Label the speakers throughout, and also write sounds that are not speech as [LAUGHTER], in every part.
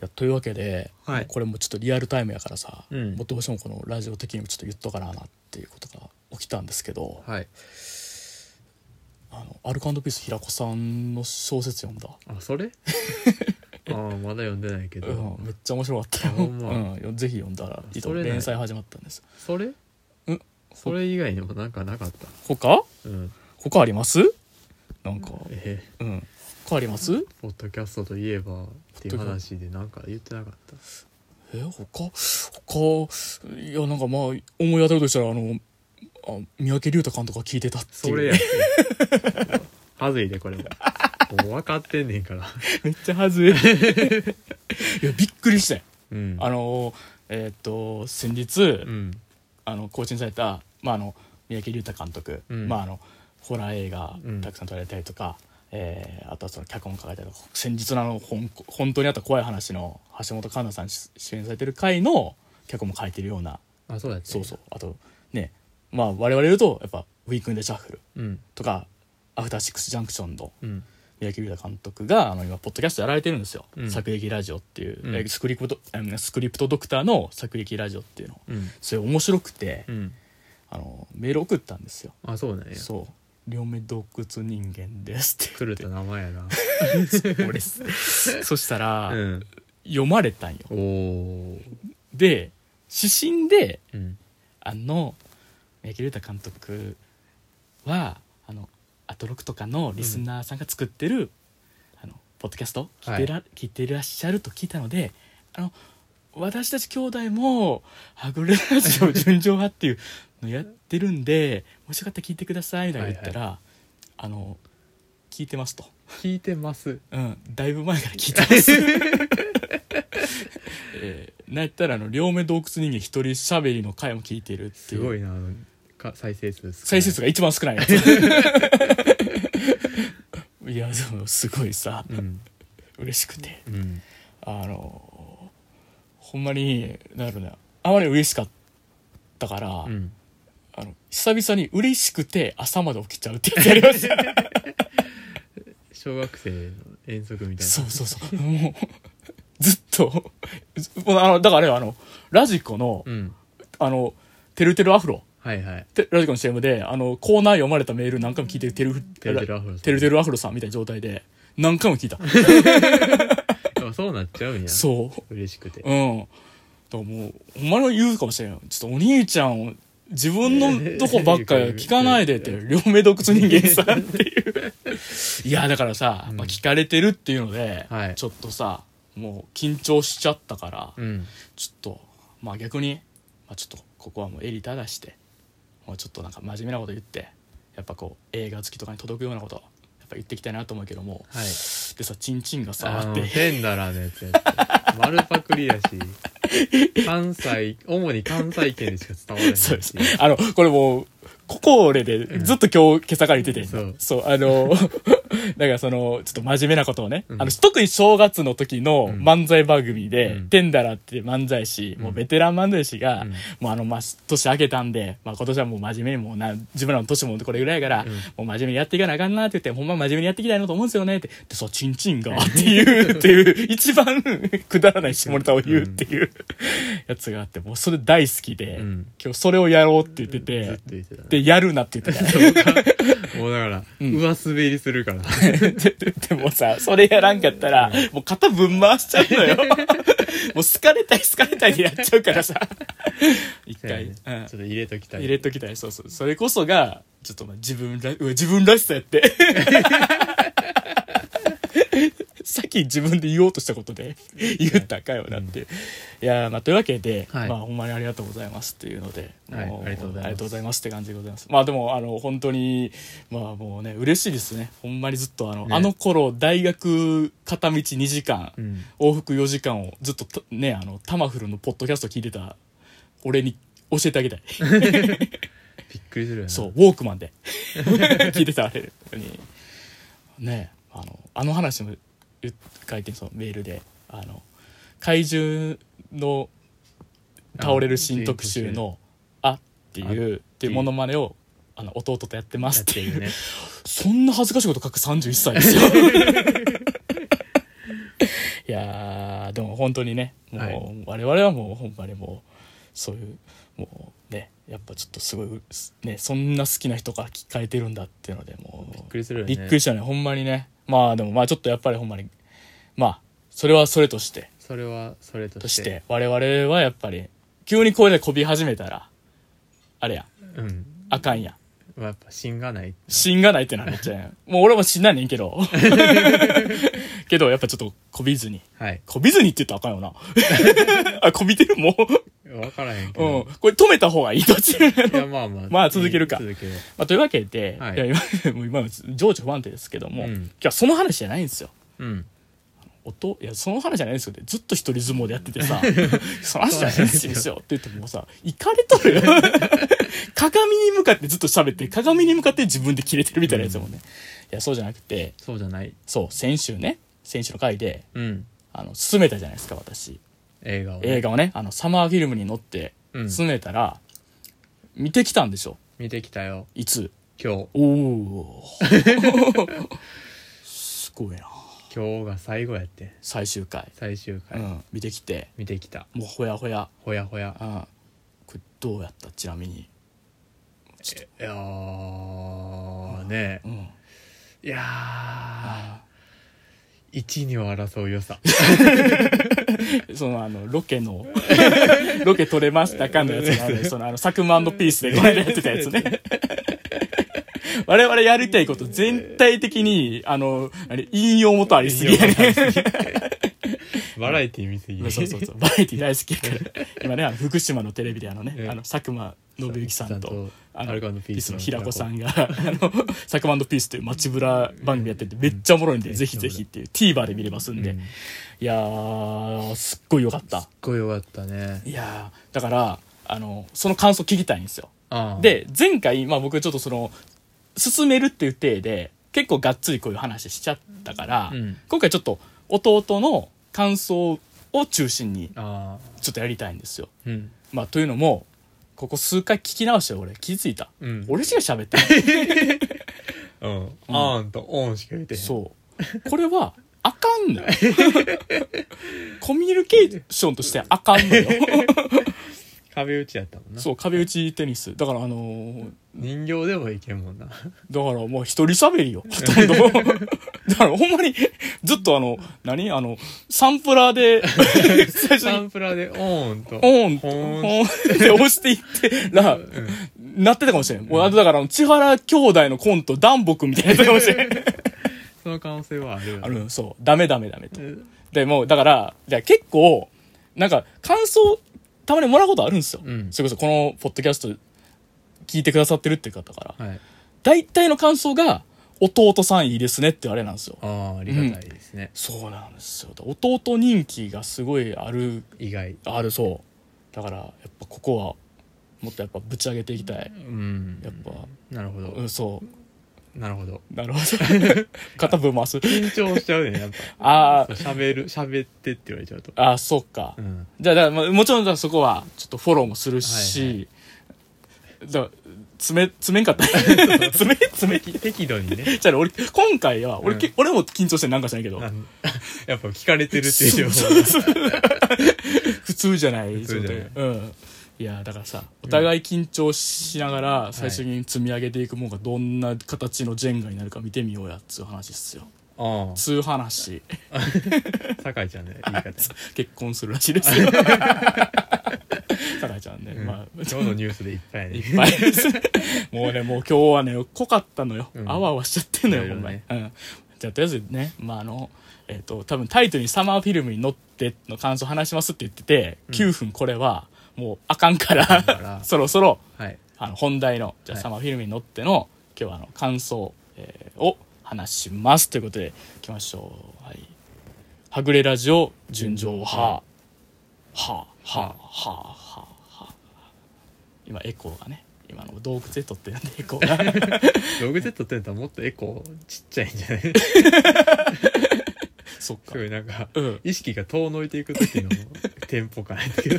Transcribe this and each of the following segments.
Speaker 1: やというわけで、
Speaker 2: はい
Speaker 1: これもちょっとリアルタイムやからさ、
Speaker 2: うん
Speaker 1: もうどうしてもこのラジオ的にもちょっと言っとかなあなっていうことが起きたんですけど、
Speaker 2: はい
Speaker 1: あのアルカンドピース平子さんの小説読んだ、
Speaker 2: あ
Speaker 1: [LAUGHS]
Speaker 2: それああまだ読んでないけ
Speaker 1: う
Speaker 2: ど
Speaker 1: ん、めっちゃ面白かったよ
Speaker 2: あ、ほんま
Speaker 1: うん、ぜひ読んだらいいと思
Speaker 2: それ
Speaker 1: う
Speaker 2: ね
Speaker 1: 連載始まったんです
Speaker 2: それ
Speaker 1: うん
Speaker 2: それ以外にもなんかなかった
Speaker 1: 他
Speaker 2: うん
Speaker 1: 他ありますなんか、
Speaker 2: え
Speaker 1: うん、他あります
Speaker 2: ポッドキャストといえばっていう話でなんか言ってなかった
Speaker 1: え他他いやなんかまあ思い当たるとしたらあのあ三宅龍太監督が聞いてたって
Speaker 2: そ
Speaker 1: いう
Speaker 2: れやってはずいでこれももう分かってんねんから
Speaker 1: [LAUGHS] めっちゃは
Speaker 2: [LAUGHS]
Speaker 1: ずいいやびっくりしたよ
Speaker 2: うん
Speaker 1: あのえーっと先日、
Speaker 2: うん
Speaker 1: あの更新された、まあ、あの三宅龍太監督、
Speaker 2: うん
Speaker 1: まあ、あのホラー映画
Speaker 2: うん
Speaker 1: たくさん撮られたりとか、えーあとはその脚本書かれたりとか先日のあの本本当にあった怖い話の橋本環奈さん主主演されてる回の脚本も書いてるような
Speaker 2: あそうだって
Speaker 1: そうそうあとねまあ我々言うとやっぱ「ウィークエンドシャッフル
Speaker 2: うん」
Speaker 1: とか「アフターシックス・ジャンクション」の
Speaker 2: うん
Speaker 1: 三宅裕太監督があの今ポッドキャストやられてるんですよ「
Speaker 2: うん
Speaker 1: 作劇ラジオ」っていう、
Speaker 2: うん
Speaker 1: えスクリプトあのスクリプトドクターの「作劇ラジオ」っていうの
Speaker 2: うん
Speaker 1: それ面白くて、
Speaker 2: うん
Speaker 1: あのメール送ったんですよ
Speaker 2: あそうなんや
Speaker 1: そう「両目洞窟人間です」って
Speaker 2: 狂った名前やな
Speaker 1: 言って俺っすそしたら、
Speaker 2: うん
Speaker 1: 読まれたんよ
Speaker 2: おお
Speaker 1: で指針で
Speaker 2: うん
Speaker 1: あの三宅裕太監督はあのアトロクとかのリスナーさんが作ってる、あのポッドキャスト聞いてら、聞いてらっしゃると聞いたのであの私たち兄弟も「はぐれラジオ純情派」っていうのやってるんでもしよかったら聞いてください」みたいな言ったら「あの聞いてます」と。
Speaker 2: 聞いてます
Speaker 1: うん、だいぶ前から聞いて [LAUGHS] ます、えー、なんやったらあの両目洞窟人間一人喋りの回も聞いてるって
Speaker 2: す
Speaker 1: いう
Speaker 2: ごいなあのか再生数
Speaker 1: 再生数
Speaker 2: 数
Speaker 1: が一番少ないやつ [LAUGHS] いやでもすごいさ
Speaker 2: うん
Speaker 1: 嬉しくて
Speaker 2: うん
Speaker 1: あのほんまになんだろうねあまり嬉しかったから、
Speaker 2: うん
Speaker 1: あの久々に嬉しくて朝まで起きちゃうって言ってやりました
Speaker 2: [LAUGHS] 小学生の遠足みたいな
Speaker 1: そうそうそうもうずっとずもうあのだからあれよあのラジコの、
Speaker 2: うん
Speaker 1: あのてるてるアフロ
Speaker 2: はいはい
Speaker 1: てラジコの CM であのコーナー読まれたメール何回も聞いてるてる
Speaker 2: てるてるアフロさん
Speaker 1: てるてるアフロさんみたいな状態で何回も
Speaker 2: [LAUGHS]
Speaker 1: 聞いた
Speaker 2: あそうなっちゃうんや
Speaker 1: そう
Speaker 2: 嬉しくて
Speaker 1: うん。だからもう、お前の言うかもしれんよ。ちょっとお兄ちゃんを、自分のとこばっかり聞かないでって、両目洞窟人間さんっていう。いや、だからさ、
Speaker 2: うん
Speaker 1: まあ、聞かれてるっていうので、
Speaker 2: はい
Speaker 1: ちょっとさ、もう緊張しちゃったから、
Speaker 2: うん
Speaker 1: ちょっと、まあ逆に、まあちょっとここはもう襟正して、もうちょっとなんか真面目なこと言って、やっぱこう映画好きとかに届くようなこと、やっぱ言っていきたいなと思うけども、
Speaker 2: はい
Speaker 1: でさ、チンチンがさ、
Speaker 2: あ
Speaker 1: っ
Speaker 2: の
Speaker 1: て、
Speaker 2: テンダラーのやつやって丸パクリやし関西主に関西圏でしか伝わらない
Speaker 1: そうで
Speaker 2: し
Speaker 1: す。あの、これもう、ここ俺で、ずっと今日、今朝から言ってて、
Speaker 2: そう
Speaker 1: そう、あの、 [LAUGHS] だからその、ちょっと真面目なことをね、
Speaker 2: うん
Speaker 1: あの、特に正月の時の
Speaker 2: うん
Speaker 1: 漫才番組で、
Speaker 2: うん
Speaker 1: テンダラっていう漫才師、もうベテラン漫才師が、
Speaker 2: うん
Speaker 1: もうあの、まあ、年明けたんで、まあ今年はもう真面目にもうな、自分らの年もこれぐらいやから、
Speaker 2: うん
Speaker 1: もう真面目にやっていかなあかんなって言って、ほんま真面目にやっていきたいなと思うんですよねって、で、そう、チンチンが、っていう、っていう、一番 [LAUGHS] くだらない下ネタを言うっていう、やつがあって、もうそれ大好きで、
Speaker 2: うん
Speaker 1: 今日それをやろうって言って
Speaker 2: ずっ
Speaker 1: て
Speaker 2: と、言ってたな
Speaker 1: で、やるなって言ってた。
Speaker 2: もうだから、
Speaker 1: ん
Speaker 2: 上滑りするから
Speaker 1: でででもさ、それやらんかったら、もう肩ぶん回しちゃうの
Speaker 2: [LAUGHS]
Speaker 1: よ。もう好かれたい好かれたいでやっちゃうからさ。一
Speaker 2: そうや
Speaker 1: 回、
Speaker 2: ね
Speaker 1: うん
Speaker 2: ちょっと入れときたい
Speaker 1: 入れときたい。そうそう。それこそが、ちょっとまあ自分ら、うわ自分らしさや
Speaker 2: [LAUGHS]
Speaker 1: って。さっき自分で言おうとしたことで言ったかよなっていう、いやーまあというわけで、
Speaker 2: はい
Speaker 1: まあほんまにありがとうございますっていうので、
Speaker 2: はい
Speaker 1: も
Speaker 2: ありがとうございます
Speaker 1: ありがとうございますって感じでございますまあでもあの本当にまあもうね嬉しいですねほんまにずっとあの、
Speaker 2: ね
Speaker 1: あの頃大学片道2時間、
Speaker 2: うん
Speaker 1: 往復4時間をずっととねあのタマフルのポッドキャスト聞いてた俺に教えてあげたい
Speaker 2: びっくりするよな
Speaker 1: そうウォークマン [LAUGHS] で聞いてたあれにねえあのあの話も言っ書いてるそのメールであの怪獣の倒れる新特集の「あ」っていうっていうモノマネをあの弟とやってま
Speaker 2: や
Speaker 1: す
Speaker 2: っ
Speaker 1: って
Speaker 2: て
Speaker 1: い
Speaker 2: る
Speaker 1: う
Speaker 2: ね
Speaker 1: そんな恥ずかしいこと書く31歳ですよいやーでも本当にねもう、
Speaker 2: はい
Speaker 1: 我々はもうほんまにもうそういうもうねやっぱちょっとすごい、ね、そんな好きな人から聞かれてるんだっていうのでもう
Speaker 2: びっくりするよ
Speaker 1: び
Speaker 2: ね
Speaker 1: っくりしたねほんまにねまあでもまあちょっとやっぱりほんまにまあそれはそれとして
Speaker 2: それはそれと
Speaker 1: と
Speaker 2: して
Speaker 1: して我々はやっぱり急にこれでこび始めたらあれや
Speaker 2: うん
Speaker 1: あかんや
Speaker 2: まあやっぱ芯がない
Speaker 1: 芯がないってなっちゃうやんもう俺も芯ないねんけ
Speaker 2: [LAUGHS]
Speaker 1: どけどやっぱちょっとこびずに
Speaker 2: はい
Speaker 1: こびずにって言ったらあかんよなあこびてるもう、
Speaker 2: 分からへんけ
Speaker 1: う
Speaker 2: ど
Speaker 1: ん、これ止めた方がいいどっちま
Speaker 2: いやまあまあ
Speaker 1: [LAUGHS] まあ続けるか
Speaker 2: 続ける
Speaker 1: あというわけで、
Speaker 2: はい
Speaker 1: い、や今もう今も情緒不安定ですけども、
Speaker 2: うん
Speaker 1: 今日はその話じゃないんですよ
Speaker 2: うん
Speaker 1: 音いやその話じゃないですよねずっと一人相撲でやってて
Speaker 2: [LAUGHS]
Speaker 1: さ「その話じゃないですよ」って言ってもさいかれとるよ [LAUGHS] 鏡に向かってずっと喋って鏡に向かって自分でキレてるみたいなやつだもんね、いやそうじゃなくて
Speaker 2: そうじゃない
Speaker 1: そう先週ね先週の回で
Speaker 2: うん
Speaker 1: あの進めたじゃないですか私
Speaker 2: 映画をね
Speaker 1: 映画をねあのサマーフィルムに乗って
Speaker 2: うん
Speaker 1: 進めたら、見てきたんでしょ
Speaker 2: 見てきたよ
Speaker 1: いつ
Speaker 2: 今日
Speaker 1: おお
Speaker 2: [LAUGHS]
Speaker 1: すごいな
Speaker 2: 今日が最後やって
Speaker 1: 最終回、
Speaker 2: 最終回、
Speaker 1: うん、見てきて
Speaker 2: 見てきた
Speaker 1: もうほやほや
Speaker 2: ほやほや
Speaker 1: ああこれどうやったちなみに
Speaker 2: いやーね
Speaker 1: うん
Speaker 2: いや
Speaker 1: あ
Speaker 2: ー一二を争う良
Speaker 1: [LAUGHS]
Speaker 2: さ
Speaker 1: あそのあのロケの [LAUGHS] ロケ撮れましたかのやつがあ
Speaker 2: [LAUGHS]
Speaker 1: るそのあのサクマンピースでこの間やってたやつね [LAUGHS] 我々やりたいこと全体的にあのあれ引用元ありすぎやね
Speaker 2: バラエティー見すぎ
Speaker 1: そうそうそうバラエティ大好きやから今ねあの福島のテレビであのね、
Speaker 2: ええ
Speaker 1: あの佐久間信之さんとあの
Speaker 2: アルコピ
Speaker 1: ピ
Speaker 2: ー
Speaker 1: ー
Speaker 2: ス
Speaker 1: ス
Speaker 2: の
Speaker 1: の平子さんが「あのサクマンピース」という街ぶら番組やっててめっちゃおもろいんで、
Speaker 2: うん
Speaker 1: ぜひぜひっていう TVer で見れますんで、
Speaker 2: うん
Speaker 1: いやーすっごいよかった
Speaker 2: すっごい良かったね
Speaker 1: いやーだからあのその感想聞きたいんですよ
Speaker 2: あー
Speaker 1: で前回、まあ、僕ちょっとその進めるっていう体で結構がっつりこういう話しちゃったから、
Speaker 2: うん
Speaker 1: 今回ちょっと弟の感想を中心に
Speaker 2: あ
Speaker 1: ちょっとやりたいんですよ。
Speaker 2: ーうん
Speaker 1: まあ、というのもここ数回聞き直して俺気づいた、
Speaker 2: うん
Speaker 1: 俺しか喋って
Speaker 2: [LAUGHS]
Speaker 1: な
Speaker 2: うんあーんとオンしか言うて
Speaker 1: い
Speaker 2: へん
Speaker 1: そうこれはあかんのよ [LAUGHS] コミュニケーションとしてあかんのよ
Speaker 2: 壁打ちやったもんな
Speaker 1: そう壁打ちテニスだからあのー
Speaker 2: 人形でもいけんもんな
Speaker 1: だからもう一人喋
Speaker 2: [LAUGHS]
Speaker 1: りよ、 [LAUGHS] ほとんど。だからほんまに、ずっとあの、何あの、サンプラーで、
Speaker 2: [LAUGHS]
Speaker 1: 最初
Speaker 2: サ
Speaker 1: に、
Speaker 2: ンプラーでオーンと
Speaker 1: オン、
Speaker 2: ほ
Speaker 1: オ
Speaker 2: ーん
Speaker 1: ンって押していってら、なってたかもしれん。もうあとだからあの、千原兄弟のコント、ダンボクみたいなやつかもしれ
Speaker 2: [LAUGHS]
Speaker 1: ん。
Speaker 2: その可能性はあるよね
Speaker 1: あの、そう、ダメダメダメと
Speaker 2: う。ん
Speaker 1: で、もうだから、じゃあ結構、なんか、感想、たまにもらうことあるんですよ。
Speaker 2: うん
Speaker 1: それこそこの、ポッドキャスト、聞いてくださってるっていう方から。
Speaker 2: はい
Speaker 1: 大体の感想が、弟さんいいですねってあれなんですよ。
Speaker 2: ああありがたいですね
Speaker 1: そうなんですよ弟人気がすごいある
Speaker 2: 意外
Speaker 1: あるそうだからやっぱここはもっとやっぱぶち上げていきたい
Speaker 2: うん
Speaker 1: やっぱ
Speaker 2: なるほ
Speaker 1: う
Speaker 2: ど
Speaker 1: んそ
Speaker 2: なるほど
Speaker 1: うなるほど肩ぶん回す
Speaker 2: 緊張しちゃうねやっ
Speaker 1: あ
Speaker 2: ぱそう喋る喋ってって言われちゃうと
Speaker 1: ああそっか、
Speaker 2: うん
Speaker 1: じゃあだからまあもちろんだからそこはちょっとフォローもするし、だから詰め詰めんかった [LAUGHS] 詰め詰め
Speaker 2: 適適度にね
Speaker 1: じゃあね俺今回は俺,、
Speaker 2: うん
Speaker 1: 俺も緊張してなんかしないけど
Speaker 2: あの [LAUGHS] やっぱ聞かれてるっていう
Speaker 1: そ
Speaker 2: 情
Speaker 1: う
Speaker 2: 報
Speaker 1: そうそう普通じゃない
Speaker 2: 普通
Speaker 1: 状
Speaker 2: じゃない
Speaker 1: 態うんいやだからさお互い緊張しながら最終的に積み上げていくもんがどんな形のジェンガになるか見てみようやっつう話っすよ
Speaker 2: あ
Speaker 1: つう
Speaker 2: [LAUGHS]
Speaker 1: 話
Speaker 2: あ酒井ちゃんの言い方
Speaker 1: 結婚するらしいです
Speaker 2: [LAUGHS]
Speaker 1: よらちゃんね、
Speaker 2: う
Speaker 1: [LAUGHS]
Speaker 2: ん
Speaker 1: まあ
Speaker 2: 今日のニュースでいっぱいや
Speaker 1: い
Speaker 2: ね
Speaker 1: [LAUGHS] っぱいですもうねもう今日はね濃かったのよ、
Speaker 2: うん
Speaker 1: あわあわしちゃってんのよ
Speaker 2: い
Speaker 1: ほ
Speaker 2: ろい
Speaker 1: ん
Speaker 2: ろ
Speaker 1: まに
Speaker 2: ね、
Speaker 1: うん、じゃあとりあえずねまああのえっ、と多分タイトルに「サマーフィルムに乗って」の感想話しますって言ってて、
Speaker 2: うん
Speaker 1: 9分これはもうあかんか
Speaker 2: あ
Speaker 1: ら
Speaker 2: かんか
Speaker 1: [LAUGHS]
Speaker 2: ら
Speaker 1: そろそろ
Speaker 2: はい
Speaker 1: あの本題の「じゃあ
Speaker 2: はい
Speaker 1: サマーフィルムに乗っての」今日はあの感想、えーを話しますということでいきましょうはい「はぐれラジオ純情派」はあはあはあはあはあ今エコーがね今の洞窟で撮ってるんでエコ
Speaker 2: [LAUGHS]
Speaker 1: ーが
Speaker 2: ログ Z ってやったらもっとエコーちっちゃいんじゃない
Speaker 1: そっか [LAUGHS]
Speaker 2: すごいなんか
Speaker 1: うん
Speaker 2: 意識が遠のいていく時のテンポ感やったけど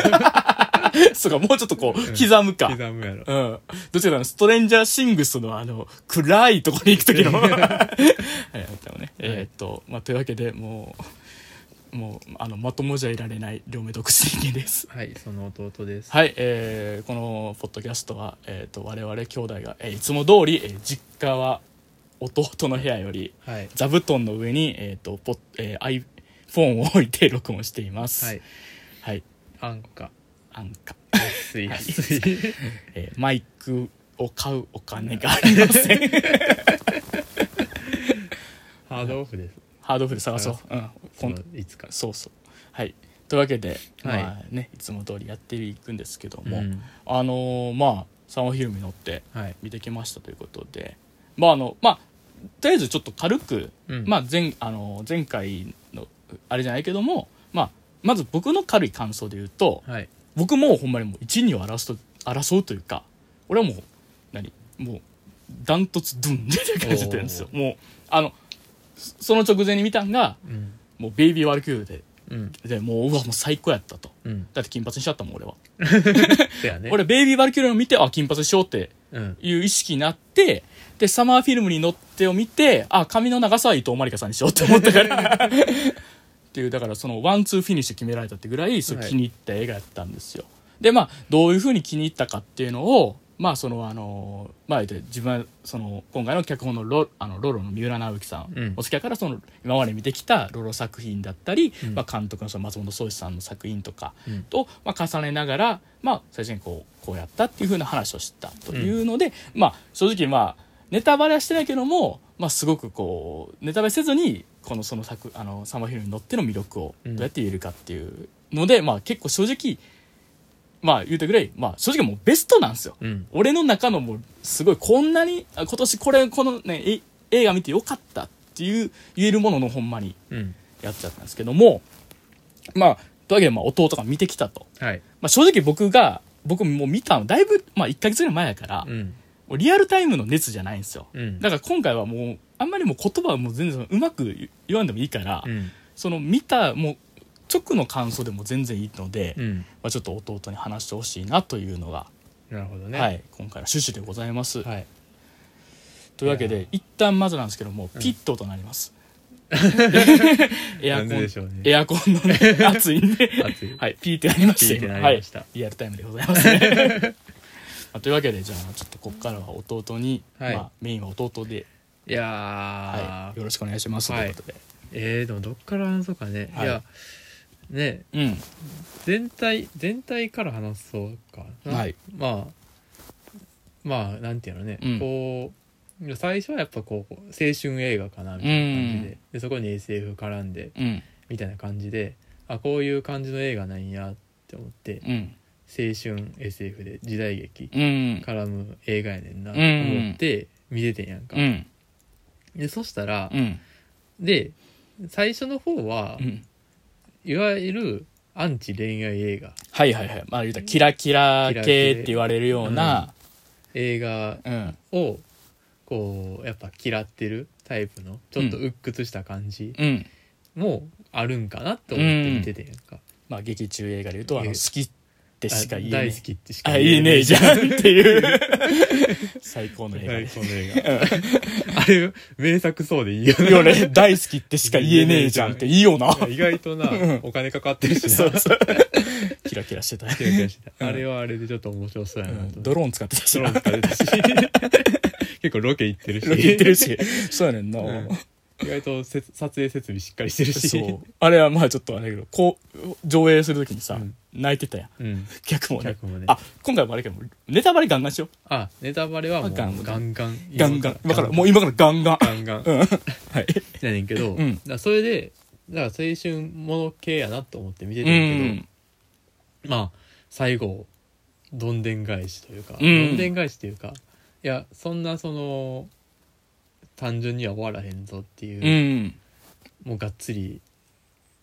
Speaker 1: そっかもうちょっとこう
Speaker 2: うん
Speaker 1: 刻むか
Speaker 2: 刻むやろ
Speaker 1: うん。どちらかのストレンジャーシングスのあの、暗いところに行くときの。はい、あったのね。えーっと、まあ、というわけでもう、もうあのまともじゃいられない両目独身人間です
Speaker 2: はいその弟です
Speaker 1: はい、えーこのポッドキャストは、えー、と我々兄弟が、えーいつも通り、えー実家は弟の部屋より
Speaker 2: はい
Speaker 1: 座布団の上に、えーとポッえー iPhone を置いて録音しています
Speaker 2: はい
Speaker 1: はい
Speaker 2: あんか
Speaker 1: 安価、
Speaker 2: 安い安い
Speaker 1: えーマイクを買うお金がありません
Speaker 2: ハードオフです
Speaker 1: ハードフル探そう、うん、
Speaker 2: そ
Speaker 1: こん
Speaker 2: のいつか
Speaker 1: そうそうはいというわけで、
Speaker 2: はい
Speaker 1: まあねいつも通りやっていくんですけども、
Speaker 2: ん
Speaker 1: あのーまあサンマフィルムに乗って
Speaker 2: はい
Speaker 1: 見てきましたということでまああのまあとりあえずちょっと軽く、
Speaker 2: うん
Speaker 1: まあ、前あの前回のあれじゃないけども、まあ、まず僕の軽い感想で言うと
Speaker 2: はい
Speaker 1: 僕もうほんまにもう1、2を争う争うというか俺はもう何もうダントツドゥンみたいな感じだったんですよ
Speaker 2: お
Speaker 1: もうあのそその直前に見たんが
Speaker 2: うん
Speaker 1: もうベイビーワルキュール
Speaker 2: うん
Speaker 1: ででもううわもう最高やったと
Speaker 2: うん
Speaker 1: だって金髪にしちゃったもん俺は、
Speaker 2: だよね
Speaker 1: 俺ベイビーワルキュールを見てあ金髪にしようって
Speaker 2: うん
Speaker 1: いう意識になって、で、サマーフィルムに乗ってを見て、あ、髪の長さは伊藤まりかさんにしようって思ったか
Speaker 2: [LAUGHS]
Speaker 1: ら。っていう、だからそのワンツーフィニッシュ決められたってぐらい、そう
Speaker 2: はい
Speaker 1: 気に入った映画やったんですよ。で、まあ、どういうふうに気に入ったかっていうのを、まあ、その、あの、まあ、で自分は、その、今回の脚本のロあのロロの三浦直樹さん、
Speaker 2: うん
Speaker 1: お好きやから、その、今まで見てきたロロ作品だったり、
Speaker 2: うん
Speaker 1: まあ、監督のその松本壮志さんの作品とか、
Speaker 2: うん
Speaker 1: と、まあ、重ねながら、まあ、最初にこうこうやったっていうふうな話をしたというので、まあ、正直まあネタバレはしてないけども、まあ、すごくこうネタバレせずにこのその作あのサマーフィルムに乗っての魅力を
Speaker 2: う
Speaker 1: ど
Speaker 2: ん
Speaker 1: うやって言えるかっていうので、まあ、結構正直まあ言うたぐらい、まあ、正直もうベストなんですよ。
Speaker 2: うん
Speaker 1: 俺の中のもうすごいこんなにあ今年これこのねえ映画見てよかったっていう言えるもののほんまに
Speaker 2: うん
Speaker 1: やっちゃったんですけどもまあというわけでまあ弟が見てきたと
Speaker 2: はい
Speaker 1: まあ、正直僕が僕もう見たのだいぶ、まあ、1ヶ月ぐらい前やから、も
Speaker 2: うん
Speaker 1: うリアルタイムの熱じゃないんですよ、
Speaker 2: うん
Speaker 1: だから今回はもうあんまりもう言葉はもう全然うまく言わんでもいいから、
Speaker 2: うん
Speaker 1: その見たもう直の感想でも全然いいので、
Speaker 2: うん
Speaker 1: まあ、ちょっと弟に話してほしいなというのが、
Speaker 2: なるほどね
Speaker 1: はい、今回の趣旨でございます、
Speaker 2: はい
Speaker 1: というわけで一旦まずなんですけども
Speaker 2: うん
Speaker 1: ピットとなり
Speaker 2: [LAUGHS]
Speaker 1: ます、エアコ
Speaker 2: なんで
Speaker 1: ン
Speaker 2: でしょうね
Speaker 1: エアコンのね熱いんで
Speaker 2: 熱い
Speaker 1: はい、ピーってなりました
Speaker 2: ピーってなりました
Speaker 1: はい、リアルタイムでございますね [LAUGHS] まあというわけでじゃあちょっとここからは弟に、
Speaker 2: はい
Speaker 1: まあ、メインは弟で、
Speaker 2: いや
Speaker 1: はい、
Speaker 2: ー
Speaker 1: よろしくお願いしますと
Speaker 2: はいいう
Speaker 1: ことで、
Speaker 2: えーでもどっから話そうかね
Speaker 1: はい
Speaker 2: いやね全体全体から話そうかな
Speaker 1: はい
Speaker 2: まあまあなんていうのね、
Speaker 1: うん
Speaker 2: こう最初はやっぱこう青春映画かなみたいな感じで,、
Speaker 1: うん
Speaker 2: でそこに SF 絡んで
Speaker 1: うんうん
Speaker 2: みたいな感じであこういう感じの映画なんやって思って
Speaker 1: うん
Speaker 2: 青春 SF で時代劇
Speaker 1: うん
Speaker 2: 絡む映画やねんなと思って見ててんやんか、
Speaker 1: うん
Speaker 2: でそしたら、
Speaker 1: うん
Speaker 2: で最初の方は、
Speaker 1: うん
Speaker 2: いわゆるアンチ恋愛映画
Speaker 1: はいはいはいまあ言うたらキラキラ
Speaker 2: キラキ
Speaker 1: 系
Speaker 2: ラ
Speaker 1: って言われるような
Speaker 2: 映画
Speaker 1: うん
Speaker 2: をこうやっぱ嫌ってるタイプのちょっと鬱屈した感じ
Speaker 1: うん、
Speaker 2: もあるんかなと思って見ててんやんか、
Speaker 1: まあ劇中映画で言うとあの
Speaker 2: え
Speaker 1: 好きってしか
Speaker 2: あ
Speaker 1: 言えない
Speaker 2: 大好きってしか
Speaker 1: あ言えねえじゃんっていう
Speaker 2: [LAUGHS]
Speaker 1: 最高の映画
Speaker 2: はい
Speaker 1: で
Speaker 2: この映画あれ名作そうでいいよね
Speaker 1: いや俺大好きってしか言えねえじゃんっていいよな
Speaker 2: 意外となお金かかってるしな
Speaker 1: そうそう [LAUGHS] キラキラしてた
Speaker 2: キラキラしてたあれはあれでちょっと面白そうやなと思って、
Speaker 1: ドローン使ってたし
Speaker 2: ドローン使
Speaker 1: [LAUGHS]
Speaker 2: ってたし結構ロケ行ってるし
Speaker 1: ロケ行ってるしそうやねんな、
Speaker 2: うん意外とせ撮影設備しっかりしてる
Speaker 1: [LAUGHS]
Speaker 2: し
Speaker 1: そうあれはまあちょっとあれやけどこう上映するときにさ、
Speaker 2: うん
Speaker 1: 泣いてたやん
Speaker 2: うん
Speaker 1: 逆もね
Speaker 2: 逆もね
Speaker 1: あ今回もあれやけどネタバレガンガンしよ
Speaker 2: あネタバレはもう
Speaker 1: あガンガン
Speaker 2: ガンガン
Speaker 1: うガンガン今からもう今からガンガン
Speaker 2: ガンガン
Speaker 1: うん [LAUGHS] はい
Speaker 2: やねんけど、
Speaker 1: うん
Speaker 2: だからそれでだから青春もの系やなと思って見て
Speaker 1: う
Speaker 2: たんやけ
Speaker 1: ん
Speaker 2: ど、まあ最後どんでん返しというか、
Speaker 1: うん
Speaker 2: どんでん返しというかいやそんなその単純には終わらへんぞって
Speaker 1: う
Speaker 2: いう、
Speaker 1: ん
Speaker 2: もうがっつり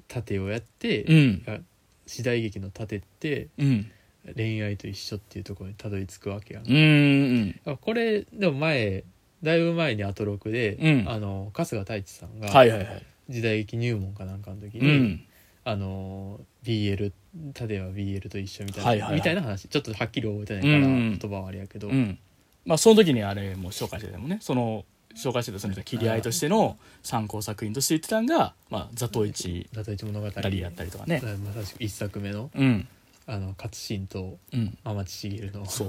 Speaker 2: 盾をやって、
Speaker 1: う
Speaker 2: い
Speaker 1: ん
Speaker 2: や時代劇の盾って
Speaker 1: うん
Speaker 2: 恋愛と一緒っていうところにたどり着くわけやん
Speaker 1: うんうん
Speaker 2: あこれでも前だいぶ前にアトロクで、
Speaker 1: うん
Speaker 2: あの春日太一さんが
Speaker 1: はいはいはい
Speaker 2: 時代劇入門かなんかの時
Speaker 1: う
Speaker 2: に、
Speaker 1: ん
Speaker 2: あの BL タデは BL と一緒みたいな、
Speaker 1: はいはいはい
Speaker 2: みたいな話ちょっとはっきり覚えてないから、
Speaker 1: うん
Speaker 2: 言葉はあれやけど、
Speaker 1: うんまあその時にあれも紹介してたもんねその紹介してたその切り合いとしての参考作品として言ってたんが「まあ、座頭市
Speaker 2: ダトイチ物語」
Speaker 1: だったりやったりとかね
Speaker 2: だ。からまさしく一作目の
Speaker 1: うん
Speaker 2: あの勝新と
Speaker 1: うん、
Speaker 2: 天地茂の
Speaker 1: そう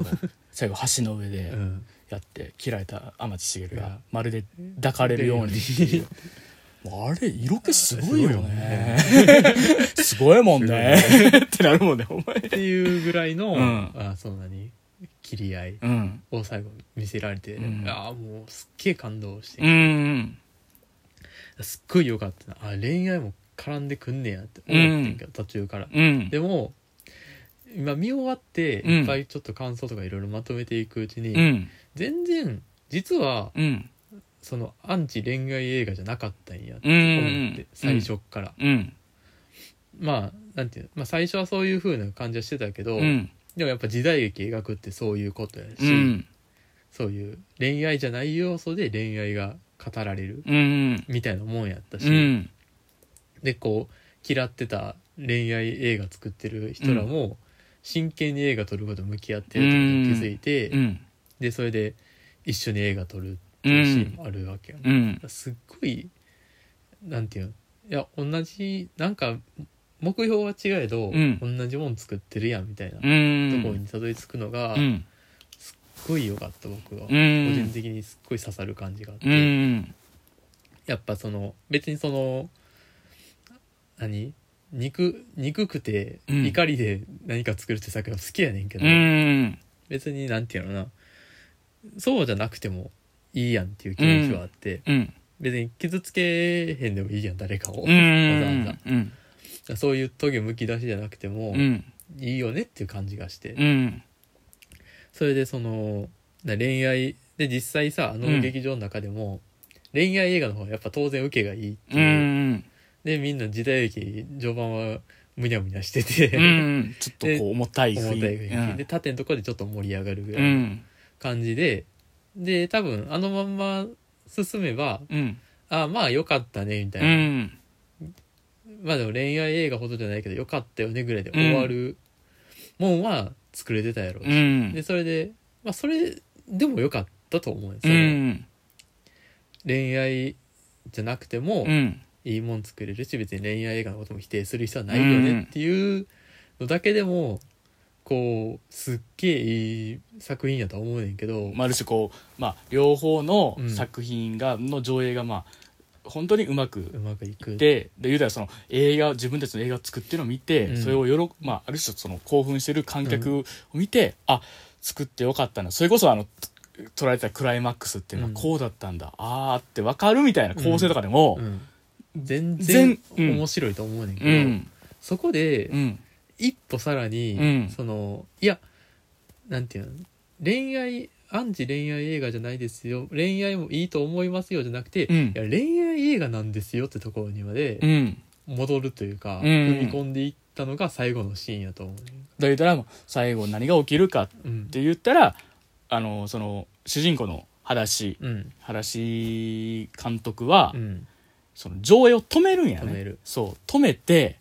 Speaker 1: 最後橋の上で
Speaker 2: うん
Speaker 1: やって切られた天地茂
Speaker 2: い
Speaker 1: が
Speaker 2: や
Speaker 1: まるで抱かれるようにっていうもうあれ色気すごいよねすごいもんねってなるもんねお前
Speaker 2: っていうぐらいの、
Speaker 1: うん
Speaker 2: あそんなに切り合い
Speaker 1: うん
Speaker 2: を最後見せられて、
Speaker 1: うん
Speaker 2: ああもうすっげえ感動して、
Speaker 1: うん
Speaker 2: すっごい良かったなあ恋愛も絡んでくんねやって思ってんけど、途中から、
Speaker 1: うん
Speaker 2: でも今見終わって
Speaker 1: うん
Speaker 2: いっぱいちょっと感想とかいろいろまとめていくうちに、
Speaker 1: うん
Speaker 2: 全然実は
Speaker 1: うん
Speaker 2: そのアンチ恋愛映画じゃなかったんやって思っ
Speaker 1: うん
Speaker 2: て最初っから、
Speaker 1: うん
Speaker 2: まあなんていうの、まあ、最初はそういう風な感じはしてたけど、
Speaker 1: うん
Speaker 2: でもやっぱ時代劇描くってそういうことやし、
Speaker 1: うん
Speaker 2: そういう恋愛じゃない要素で恋愛が語られる
Speaker 1: うん
Speaker 2: みたいなもんやったし、
Speaker 1: うん
Speaker 2: でこう嫌ってた恋愛映画作ってる人らも真剣に映画撮ることに向き合ってるってことに気づいて、
Speaker 1: うん
Speaker 2: でそれで一緒に映画撮るって
Speaker 1: う
Speaker 2: いうシーン
Speaker 1: ん
Speaker 2: もあるわけやん、
Speaker 1: うん
Speaker 2: すっごいなんていうのいや同じなんか目標は違えど、
Speaker 1: うん
Speaker 2: 同じもん作ってるやんみたいな、
Speaker 1: うん
Speaker 2: ところにたどり着くのが、
Speaker 1: うん
Speaker 2: すっごい良かった僕は、
Speaker 1: う
Speaker 2: 個人
Speaker 1: ん
Speaker 2: 的にすっごい刺さる感じがあって、
Speaker 1: うん
Speaker 2: やっぱその別にその何憎憎くて
Speaker 1: うん
Speaker 2: 怒りで何か作るって作品は好きやねんけど、
Speaker 1: うん
Speaker 2: 別になんていうのかなそうじゃなくてもいいやんっていう気持ちはあって、
Speaker 1: うん
Speaker 2: 別に傷つけへんでもいいやん誰か
Speaker 1: う
Speaker 2: を、
Speaker 1: ん
Speaker 2: わざわ
Speaker 1: うん
Speaker 2: ざそういうトゲむき出しじゃなくても
Speaker 1: うん
Speaker 2: いいよねっていう感じがして、
Speaker 1: うん
Speaker 2: それでそのな恋愛で実際さあ
Speaker 1: うん
Speaker 2: の劇場の中でも、恋愛映画の方がやっぱ当然受けがいいって
Speaker 1: う
Speaker 2: いう、
Speaker 1: ん
Speaker 2: でみんな時代劇序盤はむにゃむにゃしてて、
Speaker 1: うんちょっとこう重たい
Speaker 2: [LAUGHS] 重たい雰囲気、
Speaker 1: 雰
Speaker 2: で
Speaker 1: 囲
Speaker 2: 縦のところでちょっと盛り上がるぐ
Speaker 1: 気
Speaker 2: ら
Speaker 1: う
Speaker 2: いの
Speaker 1: ん
Speaker 2: 感じで、で多分あのまんま進めば
Speaker 1: うん
Speaker 2: ああまあよかったねみたいうな、
Speaker 1: ん
Speaker 2: まあでも恋愛映画ほどじゃないけどよかったよねぐらいで終わるもんは作れてたやろう
Speaker 1: う
Speaker 2: し、
Speaker 1: ん
Speaker 2: でそれでまあそれでもよかったと思うんです
Speaker 1: う
Speaker 2: よ、
Speaker 1: ん
Speaker 2: 恋愛じゃなくても
Speaker 1: うん
Speaker 2: いいもん作れるし別に恋愛映画のことも否定する必要はないよねっていうのだけでもこうすっげえいい作品やとは思うねんけど、
Speaker 1: まあ、ある種こう、まあ、両方の作品が、の上映がまあ本当にうまく
Speaker 2: うまくいく
Speaker 1: でで言うたらその映画自分たちの映画を作ってるのを見て、
Speaker 2: うん
Speaker 1: それをよろ、まあ、ある種その興奮してる観客を見て、あ作ってよかったなそれこそあのと捉えてたクライマックスっていうのは
Speaker 2: うん
Speaker 1: こうだったんだ、ああって分かるみたいな構成とかでも
Speaker 2: う。ん全
Speaker 1: 全
Speaker 2: 然
Speaker 1: うん
Speaker 2: 面白いと思うねんけ
Speaker 1: う
Speaker 2: ど、
Speaker 1: ん
Speaker 2: そこで
Speaker 1: うん
Speaker 2: 一歩さらに、
Speaker 1: うん
Speaker 2: そのいやなんていうの恋愛アンチ恋愛映画じゃないですよ恋愛もいいと思いますよじゃなくて、
Speaker 1: うん
Speaker 2: いや恋愛映画なんですよってところにまで、
Speaker 1: うん
Speaker 2: 戻るというか、
Speaker 1: うん
Speaker 2: 踏み込んでいったのが最後のシーンやと思うね、
Speaker 1: だ言うたら最後何が起きるかっ
Speaker 2: うん
Speaker 1: て言ったらあのその主人公の裸足
Speaker 2: うん
Speaker 1: 原市監督は、
Speaker 2: うん
Speaker 1: その上映を止めるんやね
Speaker 2: 止める
Speaker 1: そう止めて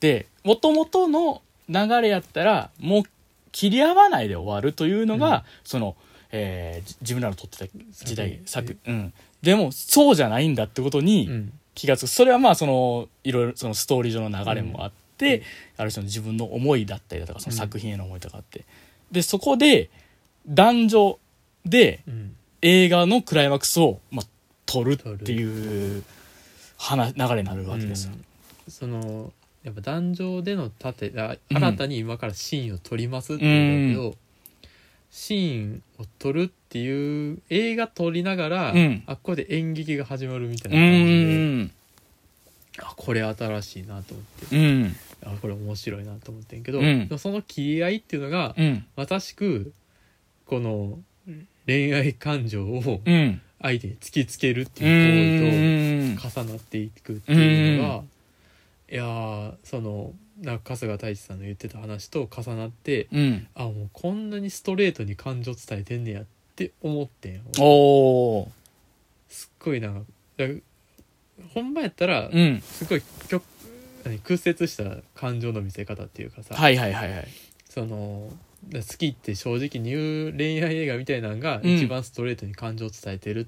Speaker 1: で元々の流れやったらもう切り合わないで終わるというのが、
Speaker 2: うん
Speaker 1: その、えーじ自分らの撮ってた時代
Speaker 2: 作
Speaker 1: 作、うん、でもそうじゃないんだってことに
Speaker 2: うん
Speaker 1: 気がつく、それはまあそのいろいろそのストーリー上の流れもあって、ある種の自分の思いだったりだとかその作品への思いとかあって、でそこで男女で
Speaker 2: うん
Speaker 1: 映画のクライマックスを、まあ、撮るっていう話流れになるわけですよ。
Speaker 2: そのやっぱ壇上での盾あ
Speaker 1: うん
Speaker 2: 新たに今からシーンを撮りますっていうんだけど、シーンを撮るっていう映画撮りながら、
Speaker 1: うん
Speaker 2: あっこで演劇が始まるみたいうな感じで、
Speaker 1: ん
Speaker 2: あこれ新しいなと思って
Speaker 1: うん
Speaker 2: あこれ面白いなと思ってんけど、
Speaker 1: うん
Speaker 2: でもその切り合いっていうのが、
Speaker 1: うん
Speaker 2: まさしくこの恋愛感情を
Speaker 1: うん
Speaker 2: 相手に突きつけるって
Speaker 1: う
Speaker 2: いう行
Speaker 1: ん
Speaker 2: 為と重なっていくっていうのがいやーそのなんか春日太一さんの言ってた話と重なって
Speaker 1: うん
Speaker 2: あもうこんなにストレートに感情伝えてんねやって思ってん
Speaker 1: おお
Speaker 2: すっごいなんかだからほんまやったら
Speaker 1: ーうん
Speaker 2: すごい曲何屈折した感情の見せ方っていうかさ
Speaker 1: はいはいはいはい
Speaker 2: そのだから好きって正直に言う恋愛映画みたいなのが
Speaker 1: うん
Speaker 2: 一番ストレートに感情を伝えてる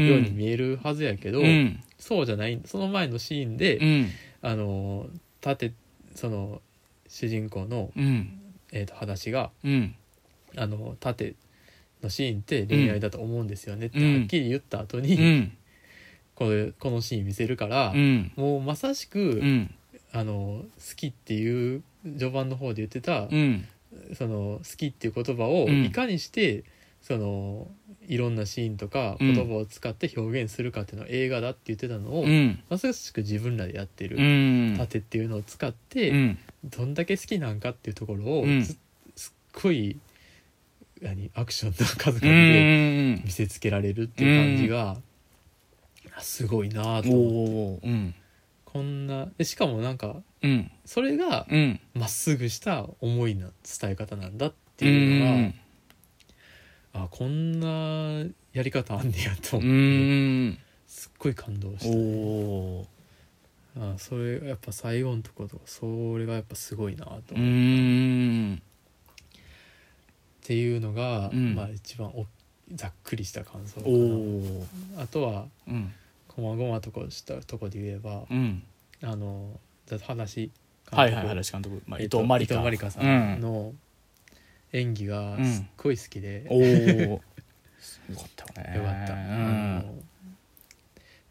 Speaker 2: っように見えるはずやけど、
Speaker 1: うん
Speaker 2: そうじゃないその前のシーンで、
Speaker 1: うん
Speaker 2: あの盾その主人公の、
Speaker 1: うん
Speaker 2: えー、と裸足が
Speaker 1: うん
Speaker 2: あの盾のシーンって恋愛だと思うんですよねって
Speaker 1: うん
Speaker 2: はっきり言った後に、
Speaker 1: うん
Speaker 2: このこのシーン見せるから、
Speaker 1: うん
Speaker 2: もうまさしく、
Speaker 1: うん
Speaker 2: あの好きっていう序盤の方で言ってた、
Speaker 1: うん
Speaker 2: その好きっていう言葉を
Speaker 1: うん
Speaker 2: いかにして、そのいろんなシーンとか
Speaker 1: うん
Speaker 2: 言葉を使って表現するかっていうのは映画だって言ってたのを、
Speaker 1: うん
Speaker 2: まさしく自分らでやって
Speaker 1: う
Speaker 2: る
Speaker 1: ん
Speaker 2: 盾っていうのを使って、
Speaker 1: うん
Speaker 2: どんだけ好きなんかっていうところを、
Speaker 1: うん
Speaker 2: すすっごい何アクションの数々
Speaker 1: う
Speaker 2: で
Speaker 1: ん
Speaker 2: 見せつけられるっていう感じが、あすごいなぁ
Speaker 1: お
Speaker 2: と
Speaker 1: おうん
Speaker 2: こんなでしかもなんか
Speaker 1: うん
Speaker 2: それが
Speaker 1: うん
Speaker 2: まっすぐした思いな伝え方なんだっ
Speaker 1: う
Speaker 2: ていうのが、
Speaker 1: ん
Speaker 2: あこんなやり方あんねやと
Speaker 1: う
Speaker 2: 思って、
Speaker 1: ん
Speaker 2: すっごい感動し
Speaker 1: お
Speaker 2: た、ね、
Speaker 1: お
Speaker 2: あそれやっぱ最後のところとかそれがやっぱすごいなと思って、
Speaker 1: う
Speaker 2: っ
Speaker 1: ん
Speaker 2: ていうのが、
Speaker 1: うん
Speaker 2: まあ、一番おざっくりした感想か
Speaker 1: お
Speaker 2: な
Speaker 1: お
Speaker 2: あとは
Speaker 1: うん
Speaker 2: 細々とこしたとこで言えば、
Speaker 1: うん
Speaker 2: あの話
Speaker 1: はいはい原監督まあ伊藤真理香
Speaker 2: さんの演技が
Speaker 1: うん
Speaker 2: すっごい好きで、
Speaker 1: おお [LAUGHS] よかったね
Speaker 2: よかった、
Speaker 1: う
Speaker 2: あ
Speaker 1: ん
Speaker 2: の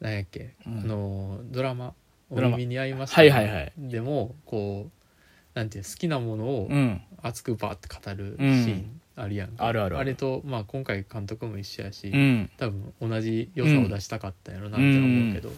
Speaker 2: なんやっけ、
Speaker 1: うん
Speaker 2: あのドラマ「お
Speaker 1: ドラマ
Speaker 2: 耳に合いました」
Speaker 1: はいはいはい
Speaker 2: でもこうなんていう好きなものを
Speaker 1: うん
Speaker 2: 熱くバーって語るシ
Speaker 1: うん
Speaker 2: ーンあるやんか、
Speaker 1: あるある
Speaker 2: あれと、まあ、今回監督も一緒やし、
Speaker 1: うん
Speaker 2: 多分同じ良さを出したかったんやろなって思うけど、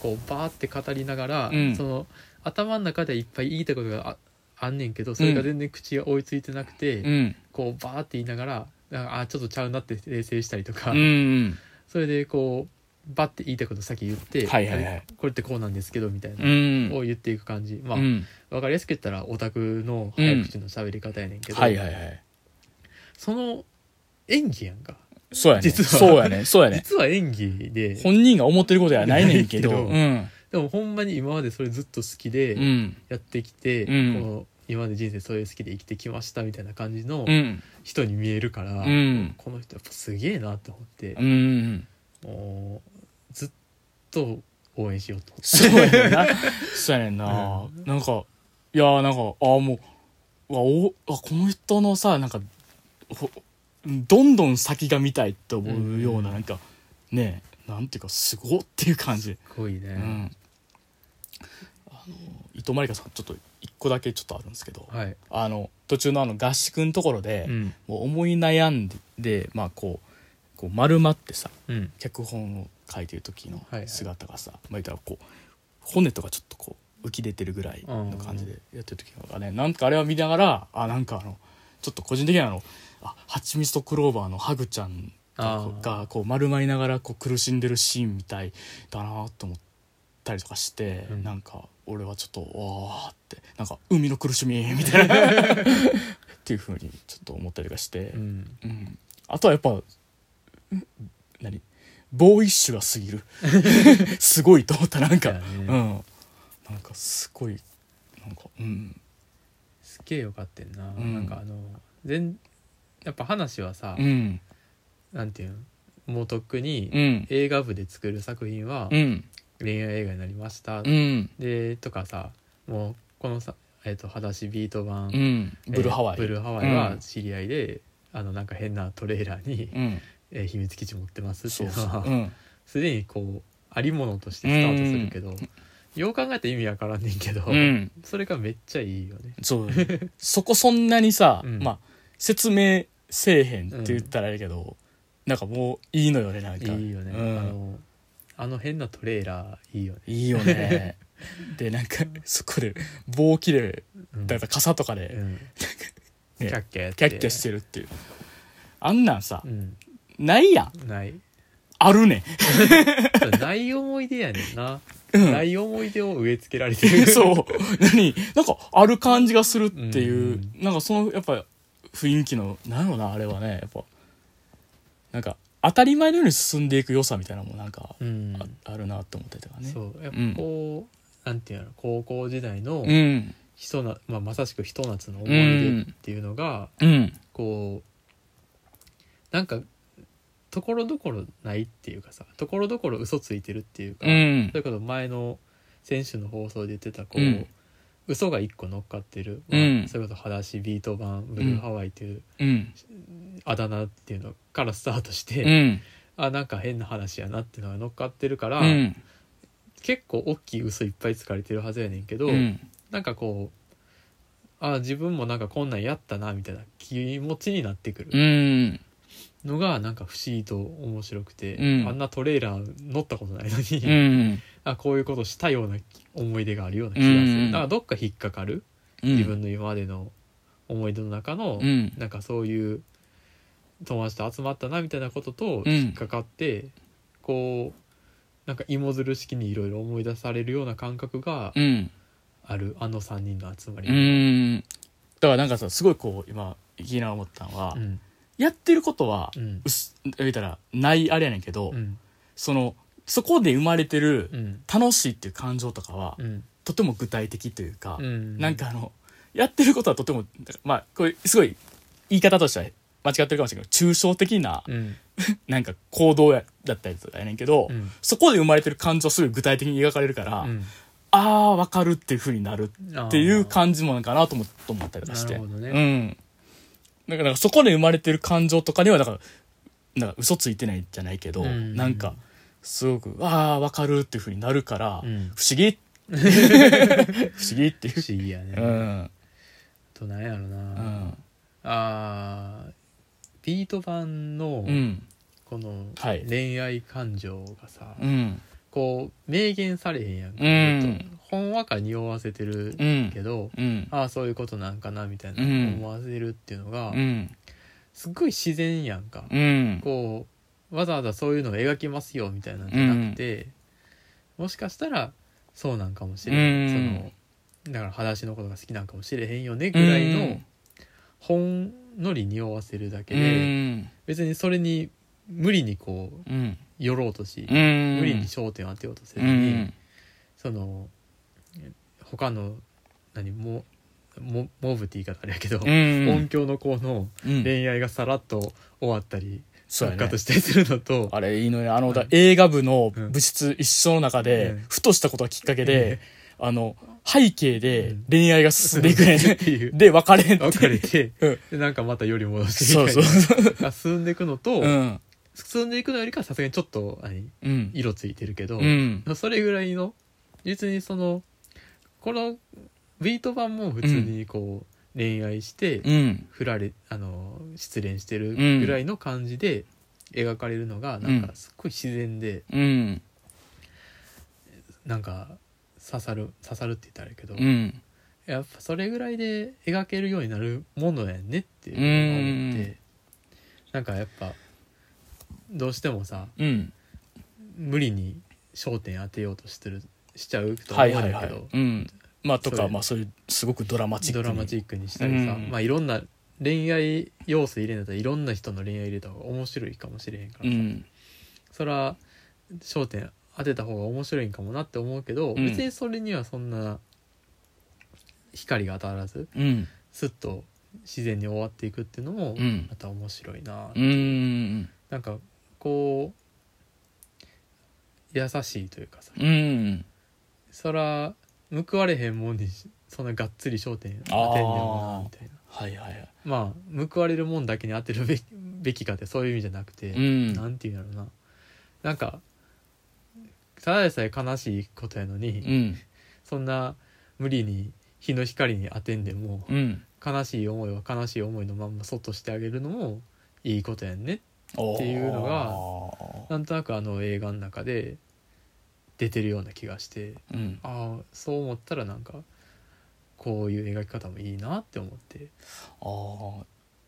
Speaker 2: こうバーって語りながら、
Speaker 1: うん
Speaker 2: その頭の中でいっぱい言いたいことがああんねんけどそれが全然口が追いついてなくて、
Speaker 1: うん
Speaker 2: こうバーって言いながらなんかあちょっとちゃうなって訂正したりとか、
Speaker 1: うん
Speaker 2: それでこうバッて言いたいこと先言って、
Speaker 1: はいはいはい
Speaker 2: あれこれってこうなんですけどみたいな
Speaker 1: う、ん
Speaker 2: を言っていく感じまあ、
Speaker 1: う
Speaker 2: わ
Speaker 1: ん
Speaker 2: 分かりやすく言ったらオタクの早口の喋り方やねんけど、
Speaker 1: はいはいはい
Speaker 2: その演技やんか
Speaker 1: そうやね
Speaker 2: 実は
Speaker 1: そうやねそうや [LAUGHS] ね
Speaker 2: 実は演技でで
Speaker 1: 本人が思ってることやないねんけど
Speaker 2: ないけ
Speaker 1: う
Speaker 2: ど
Speaker 1: ん
Speaker 2: もほんまに今までそれずっと好きで
Speaker 1: うん
Speaker 2: やってきて、
Speaker 1: うん
Speaker 2: この今まで人生それ好きで生きてきましたみたいな感じの
Speaker 1: うん
Speaker 2: 人に見えるから、
Speaker 1: うん
Speaker 2: この人やっぱすげえなって思って
Speaker 1: う、ん
Speaker 2: もうずっと応援しようと思って
Speaker 1: そうやねんな [LAUGHS] そうやねんななんかいやーなんかああもううわおあこの人のさなんかほどんどん先が見たいって思うような
Speaker 2: うん
Speaker 1: なんかねえなんていうかすごっていう感じ
Speaker 2: すごいね、
Speaker 1: うんあの伊藤まりかさんちょっと一個だけちょっとあるんですけど、
Speaker 2: はい、
Speaker 1: あの途中のあの合宿のところで、
Speaker 2: うん
Speaker 1: もう思い悩んででまあこうこう丸まってさ
Speaker 2: うん
Speaker 1: 脚本を書いてる時の
Speaker 2: はいはい
Speaker 1: 姿がさ、まあ言ったらこう骨とかちょっとこう浮き出てるぐらいの感じでやってる時がねなんかあれを見ながらあなんかあのちょっと個人的にはあのあ蜂蜜とクローバーのハグちゃんがこう
Speaker 2: あー
Speaker 1: がこう丸まりながらこう苦しんでるシーンみたいだなと思ったりとかして、
Speaker 2: うん
Speaker 1: なんか俺はちょっとわーってなんか海の苦しみみたい
Speaker 2: [LAUGHS]
Speaker 1: なっていうふうにちょっと思ったりとかして。
Speaker 2: うん
Speaker 1: うんあとはやっぱうん何ボーイッシュがすぎる [LAUGHS] すごいと思ったなんか、
Speaker 2: そうやね
Speaker 1: うんなんかすごいなんかうん
Speaker 2: すっげえよかってんな、
Speaker 1: ん
Speaker 2: なんかあの全やっぱ話はさ、
Speaker 1: うん
Speaker 2: なんていうんもうとっくに
Speaker 1: うん
Speaker 2: 映画部で作る作品は
Speaker 1: うん
Speaker 2: 恋愛映画になりました、
Speaker 1: うん
Speaker 2: でとかさもうこのさ「えっと裸足ビート版」
Speaker 1: うん
Speaker 2: えー
Speaker 1: ブルーハワイ、
Speaker 2: ブルーハワイは
Speaker 1: うん
Speaker 2: 知り合いで、あのなんか変なトレーラーに、
Speaker 1: うん
Speaker 2: えー秘密基地持ってますって
Speaker 1: そ
Speaker 2: いうう
Speaker 1: そ
Speaker 2: のは
Speaker 1: ううん
Speaker 2: すでにこうありものとしてスタートするけど、よう考えたら意味わからんねんけど、
Speaker 1: うん
Speaker 2: それがめっちゃいいよね。
Speaker 1: そうそこそんなにさ、
Speaker 2: [LAUGHS] うん
Speaker 1: まあ説明せえへんって言ったらあれやけど、なんかもういいのよねなんか
Speaker 2: いいよね、
Speaker 1: うん
Speaker 2: あのあの変なトレーラーいいよね。
Speaker 1: いいよね [LAUGHS] でなんかそこで棒切れ
Speaker 2: うん
Speaker 1: だから傘とかで、
Speaker 2: うんキャッキャやって
Speaker 1: キャッキャしてるっていうあんなんさ
Speaker 2: うん
Speaker 1: ないやん
Speaker 2: ない
Speaker 1: あるね
Speaker 2: ない思い出やねんな、
Speaker 1: ん
Speaker 2: ない思い出を植え付けられて
Speaker 1: ん
Speaker 2: る
Speaker 1: [LAUGHS] そう何なんかある感じがするっていう、
Speaker 2: うん
Speaker 1: なんかそのやっぱ雰囲気のなんやろなあれはねやっぱなんか当たり前のように進んでいく良さみたいなのもなんか
Speaker 2: うん
Speaker 1: あ,、るなと思ってたからね
Speaker 2: そうやっぱこう、なんていうの高校時代の
Speaker 1: ん
Speaker 2: ひとな、まあ、まさしくひと夏の思い出っていうのが、
Speaker 1: うん
Speaker 2: こうなんかところどころないっていうかさところどころ嘘ついてるっていうか、
Speaker 1: うん
Speaker 2: それこそ前の選手の放送で言ってたこう、
Speaker 1: うん
Speaker 2: 嘘が一個乗っかってる、
Speaker 1: うん
Speaker 2: それこそ「裸足ビート版ブルーハワイ」っていう
Speaker 1: うん
Speaker 2: あだ名っていうのからスタートして、
Speaker 1: うん
Speaker 2: あなんか変な話やなっていうのが乗っかってるから、
Speaker 1: うん
Speaker 2: 結構大きい嘘いっぱいつかれてるはずやねんけど、
Speaker 1: うん
Speaker 2: なんかこうあ自分もなんかこんなんやったなみたいな気持ちになってくる。
Speaker 1: うん
Speaker 2: のがなんか不思議と面白くて、
Speaker 1: うん
Speaker 2: あんなトレーラー乗ったことないのに、
Speaker 1: うん
Speaker 2: [LAUGHS] あこういうことしたような思い出があるような気がす
Speaker 1: うんう
Speaker 2: る、
Speaker 1: ん
Speaker 2: だからどっか引っかかる、自分の今までの思い出の中の、
Speaker 1: うん
Speaker 2: なんかそういう友達と集まったなみたいなことと
Speaker 1: うん
Speaker 2: 引っかかって、こうなんか芋づる式にいろいろ思い出されるような感覚が
Speaker 1: うん
Speaker 2: ある、あの3人の集まり、
Speaker 1: うんだからなんかさすごいこう今いきなり思ったのは、
Speaker 2: うん
Speaker 1: やってることは
Speaker 2: うん
Speaker 1: うす言ったらないあれやねんけど、
Speaker 2: うん
Speaker 1: そのそこで生まれてる
Speaker 2: うん
Speaker 1: 楽しいっていう感情とかは、
Speaker 2: うん
Speaker 1: とても具体的というか、
Speaker 2: うん
Speaker 1: なんかあのやってることはとてもまあこれすごい言い方としては間違ってるかもしれないけど抽象的な
Speaker 2: うん
Speaker 1: なんか行動やだったりとかやねんけど、
Speaker 2: うん
Speaker 1: そこで生まれてる感情すごい具体的に描かれるから、
Speaker 2: うん
Speaker 1: ああ分かるっていうふうになる
Speaker 2: あー
Speaker 1: っていう感じもなんかなと思と思ったりとかして
Speaker 2: なるほどね
Speaker 1: うん、だからなんかそこで生まれてる感情とかにはだからなんか嘘ついてないじゃないけど、
Speaker 2: うん
Speaker 1: なんかすごくああ分かるっていうふうになるから、
Speaker 2: うん
Speaker 1: 不思
Speaker 2: [LAUGHS]
Speaker 1: 議不思議っていう
Speaker 2: 不思議やね、
Speaker 1: うん
Speaker 2: となんやろ
Speaker 1: う
Speaker 2: な、
Speaker 1: ん
Speaker 2: あービート版の
Speaker 1: うん
Speaker 2: この
Speaker 1: はい
Speaker 2: 恋愛感情がさ、
Speaker 1: うん
Speaker 2: こう明言されへんやんか、
Speaker 1: うん
Speaker 2: ずっとほんわか匂わせてる
Speaker 1: うん
Speaker 2: けど、
Speaker 1: うん
Speaker 2: ああそういうことなんかなみたいな
Speaker 1: うん
Speaker 2: 思わせるっていうのが、
Speaker 1: うん
Speaker 2: すっごい自然やんか、
Speaker 1: うん
Speaker 2: こうわざわざそういうのを描きますよみたいなんじゃなくて、もしかしたらそうなんかもしれ
Speaker 1: う
Speaker 2: ん、
Speaker 1: ん
Speaker 2: そのだから裸足のことが好きなんかもしれへんよねぐらいの、
Speaker 1: うん
Speaker 2: ほんのり匂わせるだけ
Speaker 1: う
Speaker 2: で。
Speaker 1: ん
Speaker 2: 別にそれに無理にこう
Speaker 1: うん
Speaker 2: 寄ろうとし、
Speaker 1: うん
Speaker 2: 無理に焦点を当てようとせず
Speaker 1: う
Speaker 2: に、
Speaker 1: ん
Speaker 2: その他の何もモモブって言い方あれやけど、
Speaker 1: うん
Speaker 2: 音響の子の
Speaker 1: うん
Speaker 2: 恋愛がさらっと終わったり
Speaker 1: そうやね
Speaker 2: 復活したりするのと、
Speaker 1: あれいいのよあのだ
Speaker 2: うん
Speaker 1: 映画部の
Speaker 2: うん
Speaker 1: 部室一緒の中で、
Speaker 2: うん
Speaker 1: ふとしたことがきっかけで、あの背景で
Speaker 2: うん
Speaker 1: 恋愛が進んでいくね、
Speaker 2: っていう
Speaker 1: で別れんって
Speaker 2: 別れて、
Speaker 1: うん
Speaker 2: でなんかまたより戻して
Speaker 1: そうそうそう
Speaker 2: が進んでいくのと、
Speaker 1: うん
Speaker 2: 進んでいくのよりかはさすがにちょっと何
Speaker 1: うん
Speaker 2: 色ついてるけど、
Speaker 1: うん
Speaker 2: それぐらいの別にそのこのビート版も普通にこう恋愛して、
Speaker 1: うん
Speaker 2: 振られあの失恋してるぐらいの感じで描かれるのがなん
Speaker 1: う
Speaker 2: か
Speaker 1: ん
Speaker 2: すっごい自然で
Speaker 1: うん
Speaker 2: なんか刺さる刺さるって言ったらあれやけど、
Speaker 1: うん
Speaker 2: やっぱそれぐらいで描けるようになるものやねっていうのを思ってなんかやっぱどうしてもさ
Speaker 1: うん
Speaker 2: 無理に焦点当てようとしてるしちゃうと思
Speaker 1: は
Speaker 2: う
Speaker 1: い
Speaker 2: んだ
Speaker 1: は
Speaker 2: け
Speaker 1: い
Speaker 2: ど、
Speaker 1: はいうんまあと
Speaker 2: そう
Speaker 1: か
Speaker 2: いう
Speaker 1: まあそういうすごくドラマチック
Speaker 2: ド
Speaker 1: に
Speaker 2: ラマチックにしたりさ、
Speaker 1: うん
Speaker 2: まあいろんな恋愛要素入れんだったらいろんな人の恋愛入れた方が面白いかもしれへんから
Speaker 1: う
Speaker 2: さ、
Speaker 1: ん
Speaker 2: それは焦点当てた方が面白いんかもなって思うけど、
Speaker 1: うん
Speaker 2: 別にそれにはそんな光が当たらず
Speaker 1: うん
Speaker 2: スッと自然に終わっていくっていうのも
Speaker 1: うん
Speaker 2: また面白いな、
Speaker 1: うん
Speaker 2: なんかこう優しいというかさ、
Speaker 1: うん
Speaker 2: そら報われへんもんにそんながっつり焦点当てんでもなみたいな
Speaker 1: はいはいはい
Speaker 2: まあ報われるもんだけに当てるべき [LAUGHS] べきかってそういう意味じゃなくて、
Speaker 1: うん
Speaker 2: なんていうんだろうななんかただでさえ悲しいことやのに、
Speaker 1: うん
Speaker 2: そんな無理に日の光に当てんでも、
Speaker 1: うん
Speaker 2: 悲しい思いは悲しい思いのまんまそっとしてあげるのもいいことやんね
Speaker 1: って
Speaker 2: いうのなんとなくあの映画の中で出てるような気がして
Speaker 1: うん
Speaker 2: ああそう思ったらなんかこういう描き方もいいなって思って、
Speaker 1: あー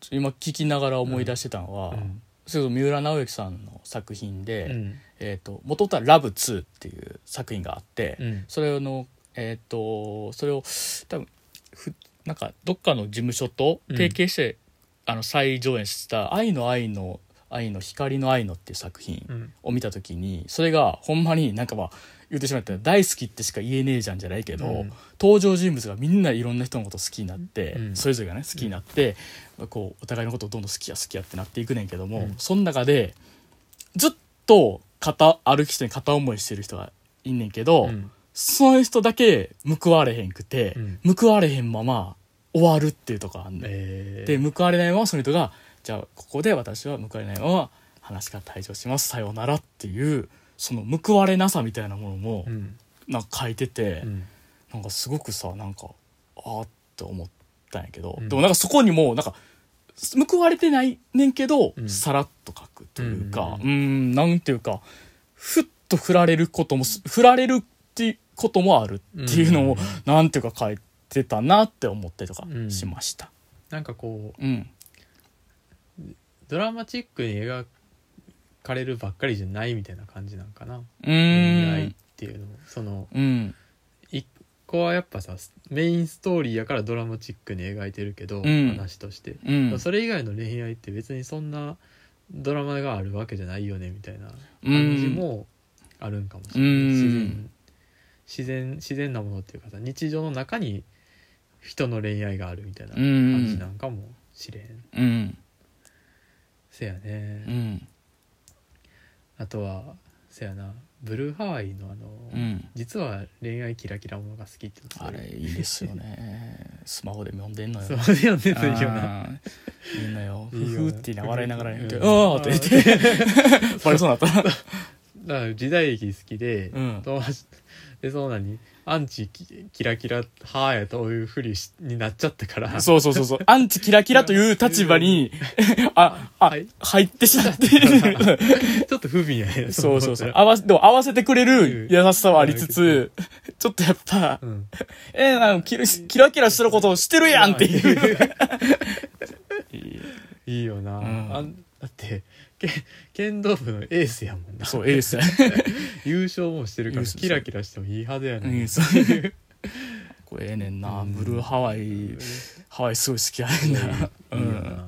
Speaker 1: 今聞きながら思い出してたのは、
Speaker 2: うん
Speaker 1: それこそ三浦直之さんの作品で、
Speaker 2: うん
Speaker 1: えー、と元々は「ラブ2」っていう作品があって、
Speaker 2: うん
Speaker 1: それのえっ、とそれを多分ふなんかどっかの事務所と提携して、あの再上演した「愛の愛の愛の光の愛の」っていう作品
Speaker 2: うん
Speaker 1: を見た時にそれがほんまになんかまあ言ってしまったら大好きってしか言えねえじゃんじゃないけど、
Speaker 2: うん
Speaker 1: 登場人物がみんないろんな人のこと好きになって、
Speaker 2: うん
Speaker 1: それぞれがね好きになって、こうお互いのことをどんどん好きや好きやってなっていくねんけども、
Speaker 2: うん
Speaker 1: その中でずっと片歩きして片思いしてる人がいんねんけど、
Speaker 2: うん
Speaker 1: その人だけ報われへんくて、
Speaker 2: う
Speaker 1: 報われへんまま終わるっていうとこあんねん、
Speaker 2: え
Speaker 1: で報われないままその人がじゃあここで私は報われないまま話から退場しますさようならっていうその報われなさみたいなものも
Speaker 2: うん
Speaker 1: なんか書いてて、
Speaker 2: うん
Speaker 1: なんかすごくさなんかああって思ったんやけど、
Speaker 2: うん
Speaker 1: でもなんかそこにもうなんか報われてないねんけど、
Speaker 2: うん
Speaker 1: さらっと書くというかう,、
Speaker 2: うん
Speaker 1: なんていうかふっと振られることも振られるっていうこともあるっていうのを、
Speaker 2: うん
Speaker 1: なんていうか書いてたなって思ってとかしました。
Speaker 2: なんかこう
Speaker 1: うん、
Speaker 2: ドラマチックに描かれるばっかりじゃないみたいな感じなんかな
Speaker 1: う
Speaker 2: 恋愛っ
Speaker 1: ん
Speaker 2: ていうのもその
Speaker 1: うん
Speaker 2: 一個はやっぱさメインストーリーやからドラマチックに描いてるけ
Speaker 1: う
Speaker 2: ど、
Speaker 1: ん
Speaker 2: 話として、
Speaker 1: うん
Speaker 2: それ以外の恋愛って別にそんなドラマがあるわけじゃないよねみたいな
Speaker 1: う
Speaker 2: 感じ
Speaker 1: ん
Speaker 2: もあるんかもしれない、
Speaker 1: うん
Speaker 2: 自然自然自然なものっていうかさ日常の中に人の恋愛があるみたいな
Speaker 1: う
Speaker 2: 感じなんんかもしれん、
Speaker 1: うん
Speaker 2: せやね、
Speaker 1: うん
Speaker 2: あとはせやなブルーハワイのあの、
Speaker 1: うん
Speaker 2: 実は恋愛キラキラものが好きっての
Speaker 1: あれいいですよねスマホで読んでんのよ [LAUGHS]
Speaker 2: そうで読んで
Speaker 1: あ
Speaker 2: るよな
Speaker 1: ーいいんだよ。
Speaker 2: い
Speaker 1: ふ
Speaker 2: いよ
Speaker 1: ふって言いながら笑いながら言って、
Speaker 2: う
Speaker 1: うんあーって言 [LAUGHS] って、バレそうになった。
Speaker 2: だから時代劇好きで、
Speaker 1: うん
Speaker 2: 友達でそうなにアンチキキラキラ派やというふりしになっちゃったから
Speaker 1: そうそうそうそう。 [LAUGHS] アンチキラキラという立場に、あ、あ
Speaker 2: はい、
Speaker 1: 入ってしまって。
Speaker 2: ちょっと不憫や
Speaker 1: [LAUGHS]
Speaker 2: ね
Speaker 1: そうそうそう。
Speaker 2: 思っ
Speaker 1: 合わせ、でも合わせてくれる優しさはありつつ、ちょっとやっぱ
Speaker 2: た、らうん
Speaker 1: えー、なんかキラキラキラしてることをしてるやんっていう。
Speaker 2: [LAUGHS] いいよな、
Speaker 1: ん
Speaker 2: あんだってけ剣道部のエースやもんな
Speaker 1: そう、エース。
Speaker 2: 優勝もしてるか
Speaker 1: エー
Speaker 2: ら
Speaker 1: ス
Speaker 2: キラキラしてもいいはずや
Speaker 1: う
Speaker 2: ね
Speaker 1: ん、
Speaker 2: ん
Speaker 1: そういう。これええねんな。ブルーハワイ、ハワイすごい好きやねんな。う
Speaker 2: いいよ
Speaker 1: ん。
Speaker 2: な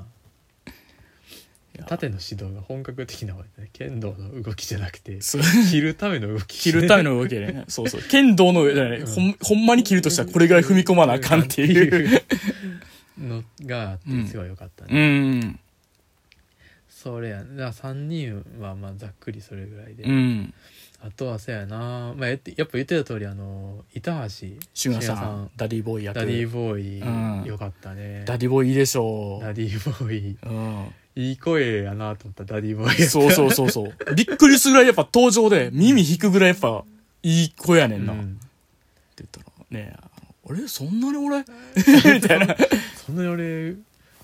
Speaker 2: 縦の指導が本格的なわけね剣道の動きじゃなくて
Speaker 1: そう
Speaker 2: 切るための動き
Speaker 1: 切るための動きでね。
Speaker 2: [LAUGHS]
Speaker 1: そうそう。剣道の上じゃない、
Speaker 2: うん
Speaker 1: ほん。ほんまに切るとしたらこれぐらい踏み込まなあかんっていう。
Speaker 2: のがあってすごい良かったね、
Speaker 1: うん。
Speaker 2: それやな3人はまあざっくりそれぐらいで、
Speaker 1: うん。
Speaker 2: あとはそやな、まあ、やってやっぱ言ってた通りあの板橋
Speaker 1: シュガさん、
Speaker 2: シュガさん
Speaker 1: ダディボーイ役。
Speaker 2: ダディーボーイ、
Speaker 1: うん
Speaker 2: よかったね
Speaker 1: ダディボーイいいでしょ
Speaker 2: ダディーボーイ
Speaker 1: う。うん。
Speaker 2: いい声やなと思ったダディーボーイやった
Speaker 1: そうそうそうそう。びっくりするぐらいやっぱ登場で耳引くぐらいやっぱいい子やね
Speaker 2: うん
Speaker 1: な。って
Speaker 2: ん
Speaker 1: 言ったら、ねえ、あのあれそんなに
Speaker 2: [LAUGHS]
Speaker 1: 俺
Speaker 2: そんなに俺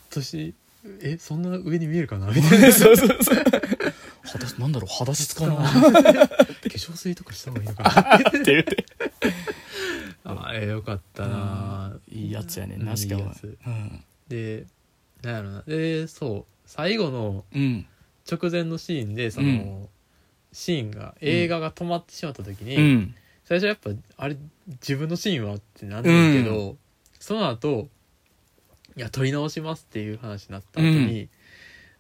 Speaker 2: 年えそんな上に見えるかなみたいな
Speaker 1: [LAUGHS]
Speaker 2: 化
Speaker 1: そうそうそう。裸足なんだろう、裸足使うなっ
Speaker 2: 粧水とかした方がいいの
Speaker 1: [LAUGHS]
Speaker 2: かな
Speaker 1: て言って。
Speaker 2: あえーよかったな、
Speaker 1: いいやつやねん
Speaker 2: うん
Speaker 1: な、しか
Speaker 2: いい
Speaker 1: も
Speaker 2: やつ。
Speaker 1: うん。
Speaker 2: でなんやろなでそう最後の
Speaker 1: うん。
Speaker 2: 直前のシーンでその、
Speaker 1: うん
Speaker 2: シーンが映画が止まってしまった時に、
Speaker 1: うん。
Speaker 2: 最初やっぱあれ自分のシーンはってなんねんけど、その後いや撮り直しますっていう話になった後に、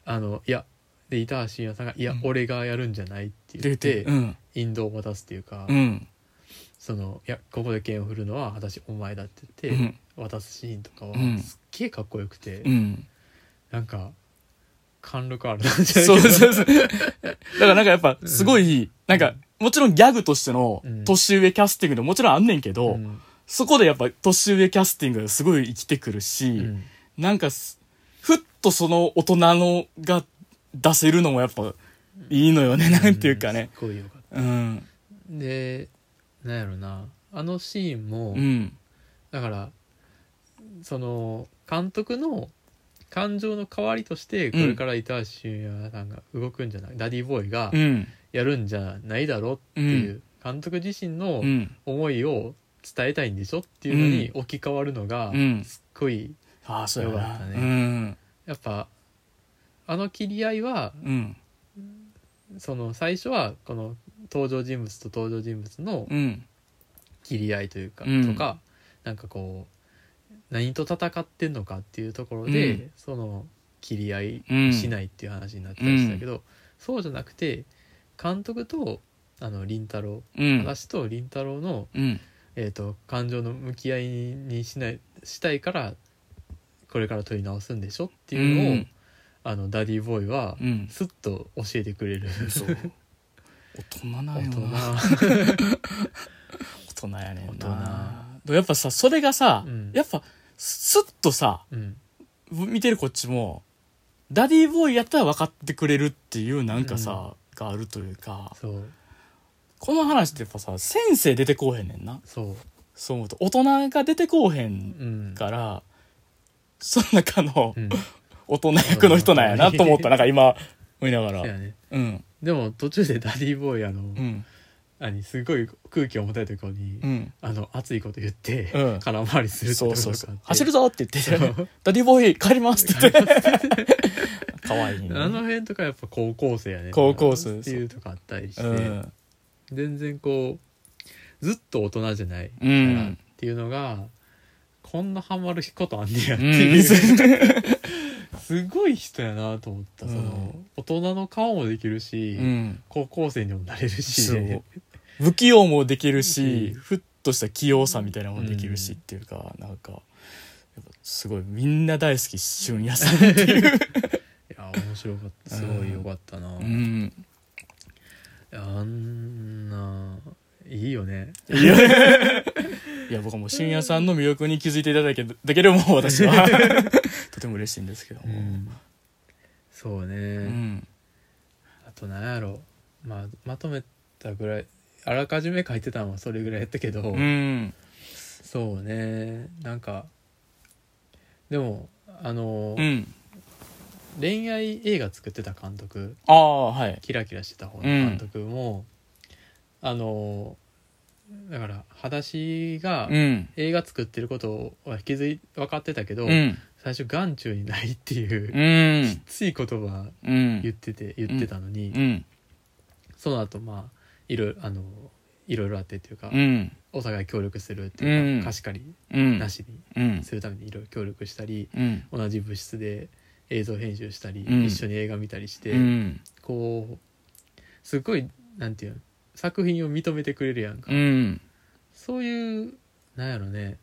Speaker 2: あのいやで板橋信也さんが「いや、
Speaker 1: うん
Speaker 2: 俺がやるんじゃない」って言
Speaker 1: 出
Speaker 2: って
Speaker 1: て、うん。
Speaker 2: 引導を渡すっていうか、
Speaker 1: うん。
Speaker 2: その「いやここで剣を振るのは私お前だ」っ
Speaker 1: う
Speaker 2: て言って、
Speaker 1: ん。
Speaker 2: 渡すシーンとかは、
Speaker 1: うん
Speaker 2: すっげえかっこよくて、
Speaker 1: うん。
Speaker 2: なんか貫禄あるなじゃ
Speaker 1: そう
Speaker 2: う
Speaker 1: [LAUGHS] そうそう。だからなんかやっぱすごい、なんか、もちろんギャグとしての
Speaker 2: うん
Speaker 1: 年上キャスティングでもちろんあんねんけど、
Speaker 2: ん
Speaker 1: そこでやっぱ年上キャスティングがすごい生きてくる
Speaker 2: う
Speaker 1: し、
Speaker 2: ん
Speaker 1: なんかす、ふっとその大人のが出せるのもやっぱいいのよね、なんていうかね。
Speaker 2: すごいよかった
Speaker 1: うん。
Speaker 2: でなんやろなあのシーンも、
Speaker 1: うん。
Speaker 2: だからその監督の感情の代わりとしてこれから板橋俊也さんが動くんじゃない、ダディボーイが
Speaker 1: うん。
Speaker 2: やるんじゃないだろっていう監督自身の
Speaker 1: うん。
Speaker 2: 思いを伝えたいんでしょっていうのに置き換わるのが
Speaker 1: うん
Speaker 2: すっごい
Speaker 1: ああ、そうや
Speaker 2: よかった
Speaker 1: な。
Speaker 2: ね
Speaker 1: うん。
Speaker 2: やっぱあの切り合いは
Speaker 1: うん。
Speaker 2: その最初はこの登場人物と登場人物の
Speaker 1: うん。
Speaker 2: 切り合いというか、
Speaker 1: うん
Speaker 2: とかなんかこう何と戦ってんのかっていうところで、
Speaker 1: うん
Speaker 2: その切り合い
Speaker 1: うん。
Speaker 2: しないっていう話になってましたけど、そうじゃなくて監督とあの凛太郎
Speaker 1: うん。
Speaker 2: 私と凛太郎の、
Speaker 1: うん。
Speaker 2: えー、と感情の向き合いにしないしたいからこれから撮り直すんでしょっていうのを、
Speaker 1: うん
Speaker 2: あのダディボーイは
Speaker 1: うん
Speaker 2: スッと教えてくれる、
Speaker 1: そう大人なん
Speaker 2: 大
Speaker 1: よ
Speaker 2: 人
Speaker 1: な大人やねんな
Speaker 2: 大
Speaker 1: でもやっぱさそれがさ、
Speaker 2: うん
Speaker 1: やっぱスッとさ
Speaker 2: うん
Speaker 1: 見てるこっちもダディボーイやったら分かってくれるっていうなんかさ、があるというか
Speaker 2: そう
Speaker 1: この話ってやっぱさ先生出てこうへんねんな
Speaker 2: そう
Speaker 1: そう思うと大人が出てこうへん
Speaker 2: うん
Speaker 1: から、その中の
Speaker 2: うん
Speaker 1: 大人役の人なんやなと思ったなんか今思いながら
Speaker 2: [LAUGHS] そうやね
Speaker 1: うん
Speaker 2: でも途中でダディボーイあの、
Speaker 1: うん
Speaker 2: 何すごい空気重たいところに、
Speaker 1: うん
Speaker 2: あの熱いこと言って、
Speaker 1: うん
Speaker 2: 空回りするって
Speaker 1: そ
Speaker 2: とこ
Speaker 1: う
Speaker 2: ろ
Speaker 1: そう
Speaker 2: が
Speaker 1: そ
Speaker 2: あっ
Speaker 1: う
Speaker 2: て
Speaker 1: 走るぞって言って
Speaker 2: そう
Speaker 1: 「ダディボーイ帰ります」って言って
Speaker 2: [LAUGHS]
Speaker 1: かわいいね
Speaker 2: あの辺とかやっぱ高校生やね
Speaker 1: 高校生
Speaker 2: っていうとかあったりして、
Speaker 1: うん
Speaker 2: 全然こうずっと大人じゃないか
Speaker 1: う
Speaker 2: らっ
Speaker 1: ん
Speaker 2: ていうのが、こんなハマることあんねやっ
Speaker 1: う
Speaker 2: ていう、
Speaker 1: ん
Speaker 2: [LAUGHS] すごい人やなと思った、その大人の顔もできるし、
Speaker 1: うん
Speaker 2: 高校生にもなれるし、
Speaker 1: そう不器用もできるし
Speaker 2: うん
Speaker 1: ふっとした器用さみたいなのもできるし
Speaker 2: う
Speaker 1: っ
Speaker 2: ん
Speaker 1: ていうかなんかやっぱすごいみんな大好き俊也さんっていう
Speaker 2: いや面白かったすごいよかったな、
Speaker 1: う
Speaker 2: い
Speaker 1: ん
Speaker 2: やあんないいよね
Speaker 1: いやいや僕はもう深夜さんの魅力に気づいていただけだけでも私
Speaker 2: [LAUGHS]
Speaker 1: はとても嬉しいんですけども、
Speaker 2: そうね、
Speaker 1: うん
Speaker 2: あとなんやろまあまとめたぐらいあらかじめ書いてたのはそれぐらいやったけど、
Speaker 1: うん
Speaker 2: そうねなんかでもあの、
Speaker 1: うん
Speaker 2: 恋愛映画作ってた監督
Speaker 1: ああはい
Speaker 2: キラキラしてた方の監督も、あのだから裸足が
Speaker 1: うん
Speaker 2: 映画作ってることは引きずり分かってたけど、
Speaker 1: うん
Speaker 2: 最初眼中にないっていう、
Speaker 1: うん
Speaker 2: つい言葉
Speaker 1: うん
Speaker 2: 言ってて言ってたのに、
Speaker 1: うん
Speaker 2: その後まあいろいろあのいろいろあってっていうか、
Speaker 1: うん
Speaker 2: お互い協力するってい
Speaker 1: う
Speaker 2: うか、
Speaker 1: ん
Speaker 2: 貸し借
Speaker 1: うん
Speaker 2: りなしに
Speaker 1: うん
Speaker 2: するためにいろいろ協力したり、
Speaker 1: うん
Speaker 2: 同じ部室で映像編集したり、
Speaker 1: うん
Speaker 2: 一緒に映画見たりして、
Speaker 1: うん
Speaker 2: こうすごいなんていうの作品を認めてくれるやんか、
Speaker 1: うん
Speaker 2: そういうなんやろね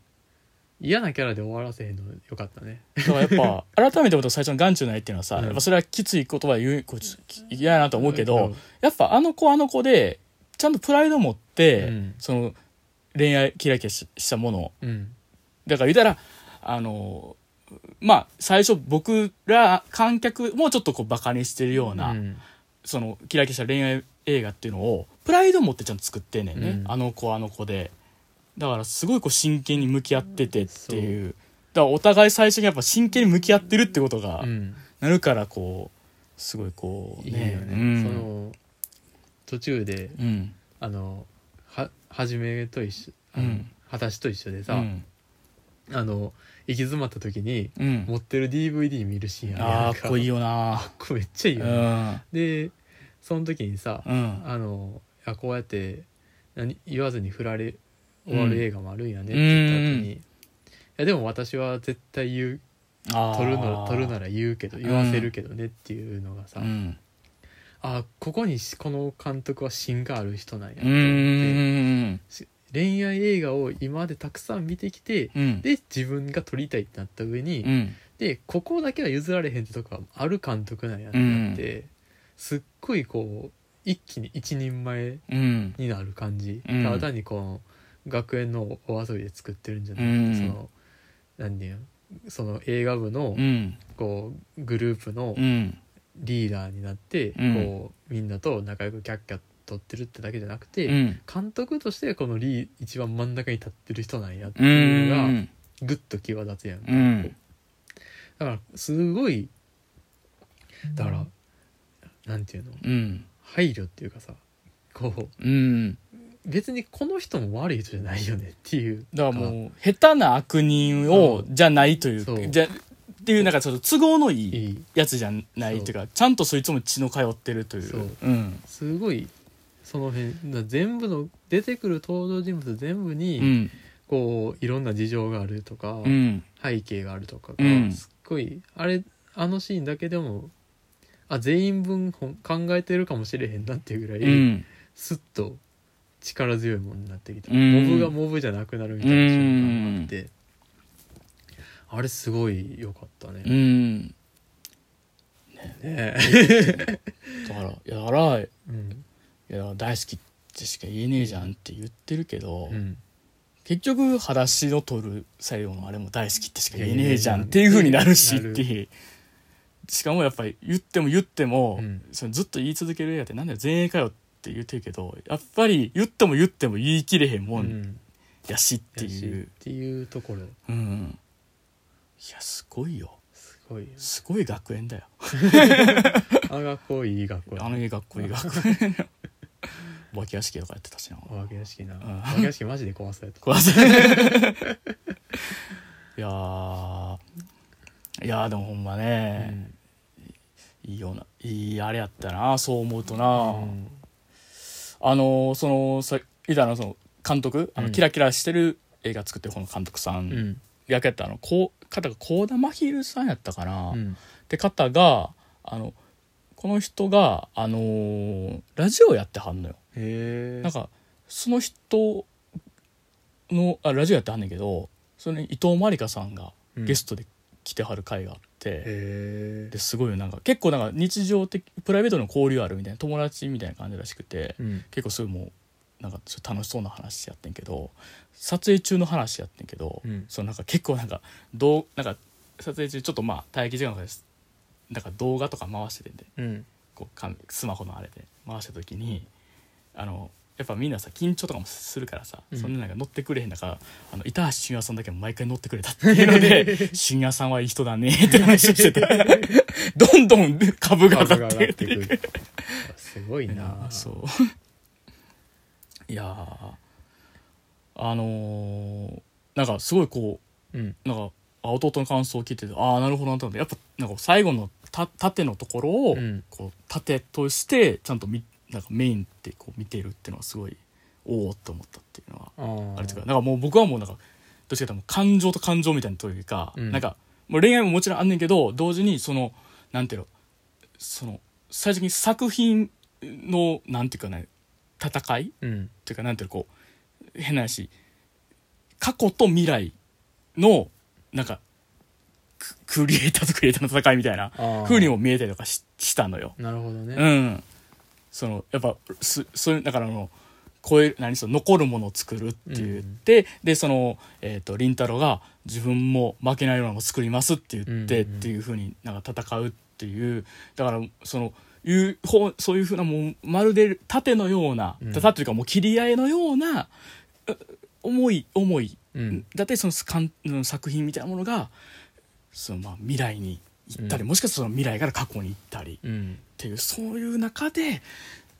Speaker 2: 嫌なキャラで終わらせへんのよかったね
Speaker 1: だからやっ [LAUGHS] ぱ改めて思うと最初の「眼中ない」っていうのはさ、
Speaker 2: うん
Speaker 1: やっぱそれはきつい言葉言うこいつ嫌やなと思うけど、やっぱあの子あの子でちゃんとプライド持って、
Speaker 2: うん
Speaker 1: その恋愛キラキラししたもの
Speaker 2: うん
Speaker 1: だから言うたらあのまあ最初僕ら観客もちょっとこうバカにしてるような、
Speaker 2: うん
Speaker 1: そのキラキラした恋愛映画っていうのをプライド持ってちゃんと作ってんねんね、
Speaker 2: うん
Speaker 1: あの子あの子でだからすごいこう真剣に向き合っててっていうだからお互い最初にやっぱ真剣に向き合ってるってことが
Speaker 2: うん
Speaker 1: なるからこうすごいこう
Speaker 2: いいよね、
Speaker 1: うん
Speaker 2: その途中で
Speaker 1: うん
Speaker 2: あのは初めと一緒あの、
Speaker 1: うん
Speaker 2: はたしと一緒で
Speaker 1: う
Speaker 2: さ、
Speaker 1: ん
Speaker 2: あの行き詰まった時に
Speaker 1: うん
Speaker 2: 持ってる DVD 見るシーンる
Speaker 1: あ
Speaker 2: や
Speaker 1: あ
Speaker 2: ん
Speaker 1: かっこいいよな
Speaker 2: かっ [LAUGHS] こめっちゃいいよね、でその時にさ、
Speaker 1: うんうん
Speaker 2: あのいやこうやって何言わずに振られ終わ
Speaker 1: う
Speaker 2: る
Speaker 1: ん
Speaker 2: 映画もあるんやねって言った後に、
Speaker 1: うんうん
Speaker 2: いやでも私は絶対言う
Speaker 1: あー
Speaker 2: 撮るの撮るなら言うけど言わせるけどねっていうのがさ、
Speaker 1: うん
Speaker 2: あここにしこの監督は芯がある人なんやと
Speaker 1: うんう
Speaker 2: 思
Speaker 1: ん
Speaker 2: っ
Speaker 1: う
Speaker 2: て
Speaker 1: ん
Speaker 2: 恋愛映画を今までたくさん見てきて
Speaker 1: うんうん
Speaker 2: で自分が撮りたいってなった上に、
Speaker 1: うん
Speaker 2: でここだけは譲られへんってとこはある監督なんやってなって、すっごいこう一気に一人前
Speaker 1: うん
Speaker 2: になる感じ、
Speaker 1: うん
Speaker 2: ただ単にこの学園のお遊びで作ってるんじゃなくて、
Speaker 1: うん
Speaker 2: その何て言うのその映画部の
Speaker 1: うん
Speaker 2: こうグループの
Speaker 1: うん
Speaker 2: リーダーになって、
Speaker 1: うん
Speaker 2: こうみんなと仲良くキャッキャッ撮ってるってだけじゃなくて、
Speaker 1: うん
Speaker 2: 監督としてこのリー一番真ん中に立ってる人なんやって
Speaker 1: う
Speaker 2: いうのが、
Speaker 1: ん
Speaker 2: グッと際立つやん、だ
Speaker 1: うん
Speaker 2: からすごいだからなんていうの
Speaker 1: うん
Speaker 2: 配慮っていうかさこう
Speaker 1: うん
Speaker 2: 別にこの人も悪い人じゃないよねっていう
Speaker 1: だからもう下手な悪人をじゃないという
Speaker 2: そう
Speaker 1: じゃっていうなんかちょっと都合のいい
Speaker 2: いい
Speaker 1: やつじゃないというかちゃんとそいつも血の通ってるという
Speaker 2: そう
Speaker 1: うん
Speaker 2: すごいその辺だ全部の出てくる登場人物全部に、
Speaker 1: うん
Speaker 2: こういろんな事情があるとか、
Speaker 1: うん
Speaker 2: 背景があるとかが、
Speaker 1: うん
Speaker 2: すっごいあれあのシーンだけでもあ全員分ほん考えてるかもしれへんなっていうぐらい、
Speaker 1: うん
Speaker 2: すっと力強いものになってきた、
Speaker 1: うん
Speaker 2: モブがモブじゃなくなるみたいな瞬間があって、あれすごい良かったね。
Speaker 1: うんね
Speaker 2: ね
Speaker 1: だから「いやだからい
Speaker 2: うん
Speaker 1: や大好き」ってしか言えねえじゃんって言ってるけど、
Speaker 2: うん
Speaker 1: 結局裸足の取る作用のあれも大好きってしか言えねえじゃんっていうふうになるしっていうしかもやっぱり言っても言っても、
Speaker 2: うん
Speaker 1: そのずっと言い続ける映画ってなんだよ前衛かよって言ってるけどやっぱり言っても言っても言い切れへんも
Speaker 2: うんん
Speaker 1: やしって
Speaker 2: やし
Speaker 1: いう、
Speaker 2: っていうところ
Speaker 1: うんうんいやすごいよ
Speaker 2: す
Speaker 1: [LAUGHS]
Speaker 2: ごいよ
Speaker 1: すごい学園だよ
Speaker 2: あがこいい学校
Speaker 1: あの家学校いい学園 [LAUGHS] お化け屋敷とかやってたしな
Speaker 2: お化け屋敷な
Speaker 1: うん
Speaker 2: お化け屋敷マジで壊された
Speaker 1: 怖すいやーいやーでもほんま
Speaker 2: う
Speaker 1: ね、
Speaker 2: ん
Speaker 1: いいようないいあれやったなそう思うとな、
Speaker 2: うん
Speaker 1: あのーそのさいたのその監督あの、
Speaker 2: うん
Speaker 1: キラキラしてる映画作ってる方の監督さ
Speaker 2: うんん
Speaker 1: 役やったあのこう方が幸田真昼さんやったかな、
Speaker 2: うん
Speaker 1: って方があのこの人が、あのーラジオやってはんのよ
Speaker 2: へえ
Speaker 1: なんかその人のあラジオやってはんねんけどそれに伊藤まりかさんがゲス
Speaker 2: ト
Speaker 1: トで来てはる回があって、
Speaker 2: へえ
Speaker 1: ですごいなんか結構なんか日常的プライベートの交流あるみたいな友達みたいな感じらしくて、
Speaker 2: うん
Speaker 1: 結構そういうもうなんかそういう楽しそうな話やってんけど撮影中の話やってんけど、
Speaker 2: うん
Speaker 1: そのなんか結構なんかどうなんか撮影中ちょっとまあ待機時間がですなんか動画とか回しててんで
Speaker 2: うん
Speaker 1: こうかスマホのあれで回した時にあのやっぱみんなさ緊張とかもするからさ、
Speaker 2: うん
Speaker 1: そんななんか乗ってくれへんだからあの板橋俊也さんだけ毎回乗ってくれたっていうの [LAUGHS] で俊也さんはいい人だねって話をして [LAUGHS] たどんどん株が上がってっていう
Speaker 2: るすごいな
Speaker 1: なそういやーあのーなんかすごいこ
Speaker 2: うん
Speaker 1: うなんかあ弟の感想を聞いててああなるほどなと思ってやっぱなんか最後のた縦のところを、
Speaker 2: うん
Speaker 1: こう縦としてちゃんとみなんかメインってこう見てるっていうのはすごいおおって思ったっていうのは
Speaker 2: あー
Speaker 1: あれですかなんかもう僕はもうなんかどっちかというと感情と感情みたいなというか、
Speaker 2: うん
Speaker 1: なんかもう恋愛ももちろんあんねんけど同時にそのなんていうのその最初に作品のなんていうかね戦いっ
Speaker 2: うん
Speaker 1: ていうかなんていうのこう変な話過去と未来のなんかククリエイターとクリエイターの戦いみたいな
Speaker 2: あー
Speaker 1: 風にも見えたりとかししたのよ。
Speaker 2: なるほどね
Speaker 1: うん、そのやっぱすそういうだからあの超え何その残るものを作るって言って、でその、えー、と凛太郎が自分も負けないようなものを作りますって言って、
Speaker 2: うんうんうん
Speaker 1: っていうふうになんか戦うっていうだからそのいうほうそういうふうなもうまるで盾のような、
Speaker 2: うん
Speaker 1: 盾というかもう切り合いのようなう思い思い
Speaker 2: うん
Speaker 1: だってそのかんうん作品みたいなものがそのまあ未来に行ったり、
Speaker 2: うん
Speaker 1: もしかしたらその未来から過去に行ったり
Speaker 2: うん
Speaker 1: っていうそういう中で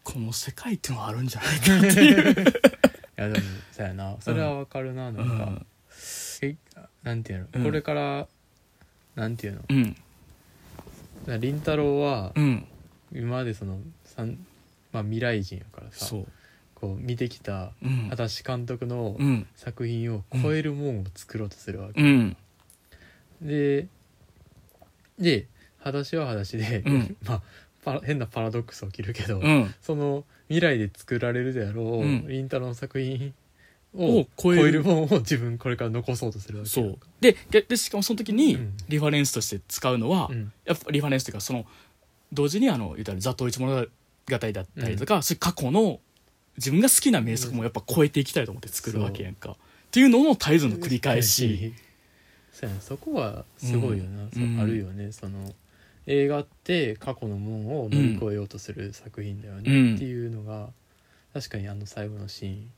Speaker 1: この世界っていうのはあるんじゃないかっていう、
Speaker 2: いやでもそうやなそれはわかるななんか、えなんていうの、
Speaker 1: うん
Speaker 2: これからなんていうの
Speaker 1: うん
Speaker 2: だから凛太郎は
Speaker 1: うん
Speaker 2: 今までその、さんまあ、未来人やからさ
Speaker 1: そう
Speaker 2: こう見てきた
Speaker 1: うん
Speaker 2: 足立監督の
Speaker 1: うん
Speaker 2: 作品を超えるもんを作ろうとするわけ、
Speaker 1: うん
Speaker 2: でで裸足は裸足で、
Speaker 1: うん
Speaker 2: [LAUGHS] まあパラ変なパラドックス起きるけど、
Speaker 1: うん
Speaker 2: その未来で作られるであろう、
Speaker 1: うん
Speaker 2: 凛太郎の作品を
Speaker 1: を超
Speaker 2: 超
Speaker 1: える
Speaker 2: えるもんを自分これから残そうとするわけ
Speaker 1: そうでででしかもその時に
Speaker 2: うん
Speaker 1: リファレンスとして使うのは、
Speaker 2: うん
Speaker 1: やっぱリファレンスというかその同時にあの言うたら「ザ・統一物語」だったりとか、そういう過去の自分が好きな名作もやっぱ超えていきたいと思って作るわけやんか。っていうのの絶えずの繰り返し。
Speaker 2: そうやなそこはすごいよな、そう
Speaker 1: うん
Speaker 2: あるよねその映画って過去のもんを乗り越えようとする作品だよ
Speaker 1: うん
Speaker 2: ねっていうのが、確かにあの最後のシーン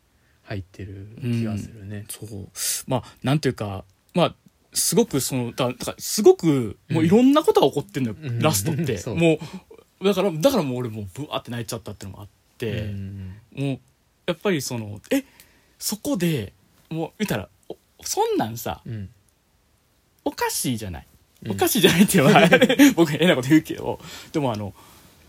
Speaker 2: 入ってる気がするね、
Speaker 1: そうまあなんていうかまあすごくそのだだからすごくもういろんなことが起こってんのよ、
Speaker 2: うん
Speaker 1: ラストっ
Speaker 2: う
Speaker 1: て
Speaker 2: ん、 [LAUGHS] そう
Speaker 1: もうだからだからもう俺もうブワーって泣いちゃったっていうのもあって、
Speaker 2: うん
Speaker 1: もうやっぱりそのえそこでもう言ったらおそんなんさ
Speaker 2: うん
Speaker 1: おかしいじゃない
Speaker 2: うん
Speaker 1: おかしいじゃないっていうの
Speaker 2: [LAUGHS]
Speaker 1: は、僕変なこと言うけどでもあの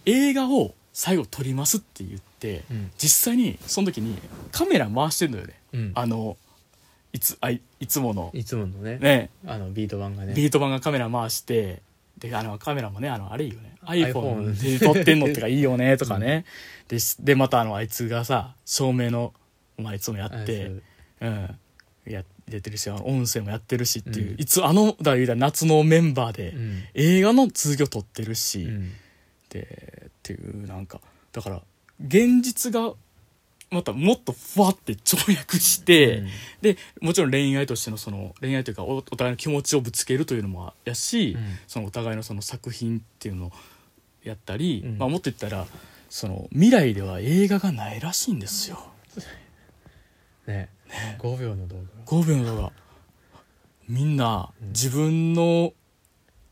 Speaker 1: 映画を最後撮りますって言って
Speaker 2: うん
Speaker 1: 実際にその時にカメラ回してるのよね
Speaker 2: うん
Speaker 1: あのいつあいいつもの
Speaker 2: いつものね
Speaker 1: ね
Speaker 2: あのビート版がね
Speaker 1: ビート板がカメラ回してであのカメラもねあのあれいいよね
Speaker 2: iPhone
Speaker 1: iPhone で撮ってんのってかいいよねとかね、でしでまたあのあいつがさ照明のお前いつもやっ
Speaker 2: あ
Speaker 1: て
Speaker 2: そう
Speaker 1: うんや出てるしあの音声もやってるしっていう、
Speaker 2: うん
Speaker 1: いつあのだから言うたら夏のメンバーで、
Speaker 2: うん
Speaker 1: 映画の続きを撮ってるし、
Speaker 2: うん
Speaker 1: でっていうなんかだから現実がまたもっとふわって跳躍して、
Speaker 2: うん
Speaker 1: でもちろん恋愛としてのその恋愛というかおお互いの気持ちをぶつけるというのもやし、
Speaker 2: うん
Speaker 1: そのお互いのその作品っていうのをやったり、
Speaker 2: うん
Speaker 1: まあ、もっと言ったらその未来では映画がないらしいんですよ
Speaker 2: ね5秒の動
Speaker 1: 5秒の動画みんな
Speaker 2: うん
Speaker 1: 自分の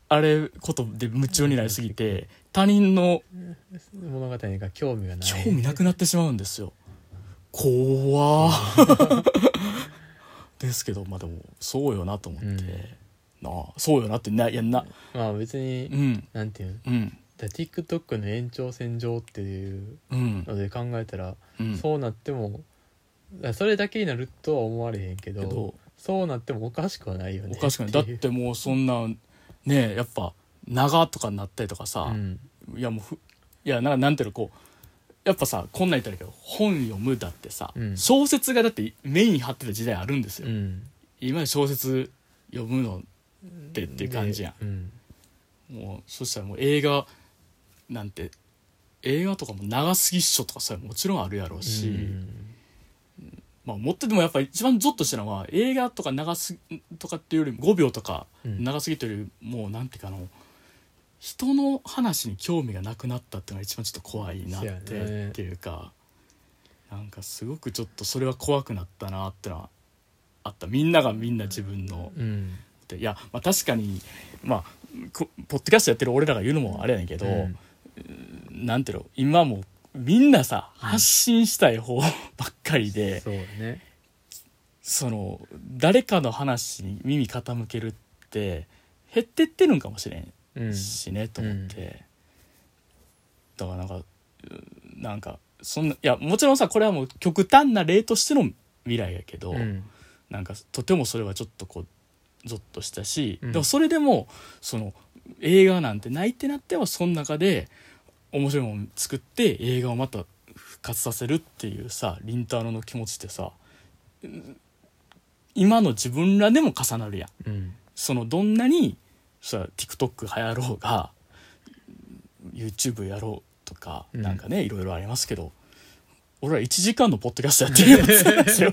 Speaker 1: あれことで夢中になりすぎて他人の
Speaker 2: 画物語が興味がない
Speaker 1: 興味なくなってしまうんですよ怖ー [LAUGHS] ですけどまあでもそうよなと思って、
Speaker 2: うん
Speaker 1: なあそうよなってないやな
Speaker 2: まあ別に、
Speaker 1: うん
Speaker 2: なんていうの
Speaker 1: うん
Speaker 2: だ TikTok の延長線上っていう
Speaker 1: うん
Speaker 2: ので考えたら、
Speaker 1: うん
Speaker 2: そうなってもあそれだけになるとは思われへんけど
Speaker 1: けど
Speaker 2: そうなってもおかしくはないよね
Speaker 1: おかしくないだって
Speaker 2: いう
Speaker 1: てもうそんなねえやっぱ長とかになったりとかさ
Speaker 2: う、ん
Speaker 1: いやもうふいやなんかなんていうのこうやっぱさこんなん言ったらいいけど本読むだってさ、
Speaker 2: うん
Speaker 1: 小説がだってメイン張ってた時代あるんですよ、
Speaker 2: うん
Speaker 1: 今小説読むのってっていう感じやん
Speaker 2: でうん
Speaker 1: もうそしたらもう映画なんて映画とかも長すぎっしょとかさもちろんあるやろうし、
Speaker 2: うん
Speaker 1: まあ持っててもやっぱ一番ゾッとしたのは映画とか長すぎとかっていうよりも5秒とか
Speaker 2: うん
Speaker 1: 長すぎというよりもうなんていうかあの人の話に興味がなくなったっていうのが一番ちょっと怖いなっ
Speaker 2: そや
Speaker 1: て
Speaker 2: ね
Speaker 1: っていうかなんかすごくちょっとそれは怖くなったなってのはあったみんながみんな自分の
Speaker 2: うん
Speaker 1: っていや、まあ、確かに、まあ、こポッドキャストやってる俺らが言うのもあれやねんけど、
Speaker 2: うん
Speaker 1: なんていうの今もうみんなさ
Speaker 2: うん
Speaker 1: 発信したい方 [LAUGHS] ばっかりで、
Speaker 2: そうだね
Speaker 1: その誰かの話に耳傾けるって減ってってるんかもしれん
Speaker 2: うん
Speaker 1: しね、と思って、だからなんかうなんかそんないやもちろんさこれはもう極端な例としての未来やけど、
Speaker 2: うん
Speaker 1: なんかとてもそれはちょっとこうゾッとしたし、
Speaker 2: うん
Speaker 1: でもそれでもその映画なんてないってなってはその中で面白いもの作って映画をまた復活させるっていうさりんたろーの気持ちってさうん今の自分らでも重なるやん。
Speaker 2: うん
Speaker 1: そのどんなにさ TikTok 流行ろうが YouTube やろうとか、
Speaker 2: うん
Speaker 1: なんかねいろいろありますけど俺ら1時間のポッドキャストやってるやつなん
Speaker 2: [LAUGHS]
Speaker 1: ですよ。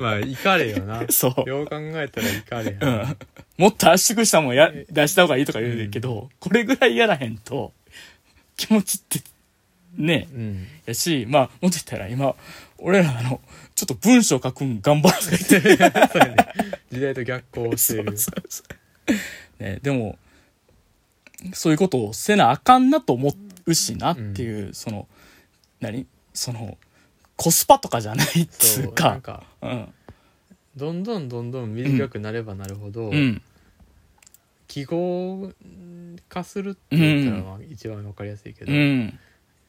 Speaker 2: まあいかれよな
Speaker 1: そう
Speaker 2: よう考えたらいかれや
Speaker 1: う
Speaker 2: なん
Speaker 1: もっと圧縮したもんや出した方がいいとか言うけど、これぐらいやらへんと気持ちってね [LAUGHS]
Speaker 2: うん
Speaker 1: やしまあもっと言ったら今俺らあのちょっと文章書くん頑張ろうとか言ってる
Speaker 2: そうやね時代と逆行してる
Speaker 1: そうそうね、でもそういうことをせなあかんなと思うしなっていう、その何そのコスパとかじゃないっつ
Speaker 2: そううな
Speaker 1: か
Speaker 2: んか
Speaker 1: うん
Speaker 2: どんどんどんどん短くなればなるほど、
Speaker 1: うん
Speaker 2: 記号化するっていうのが一番わかりやすいけど、
Speaker 1: うん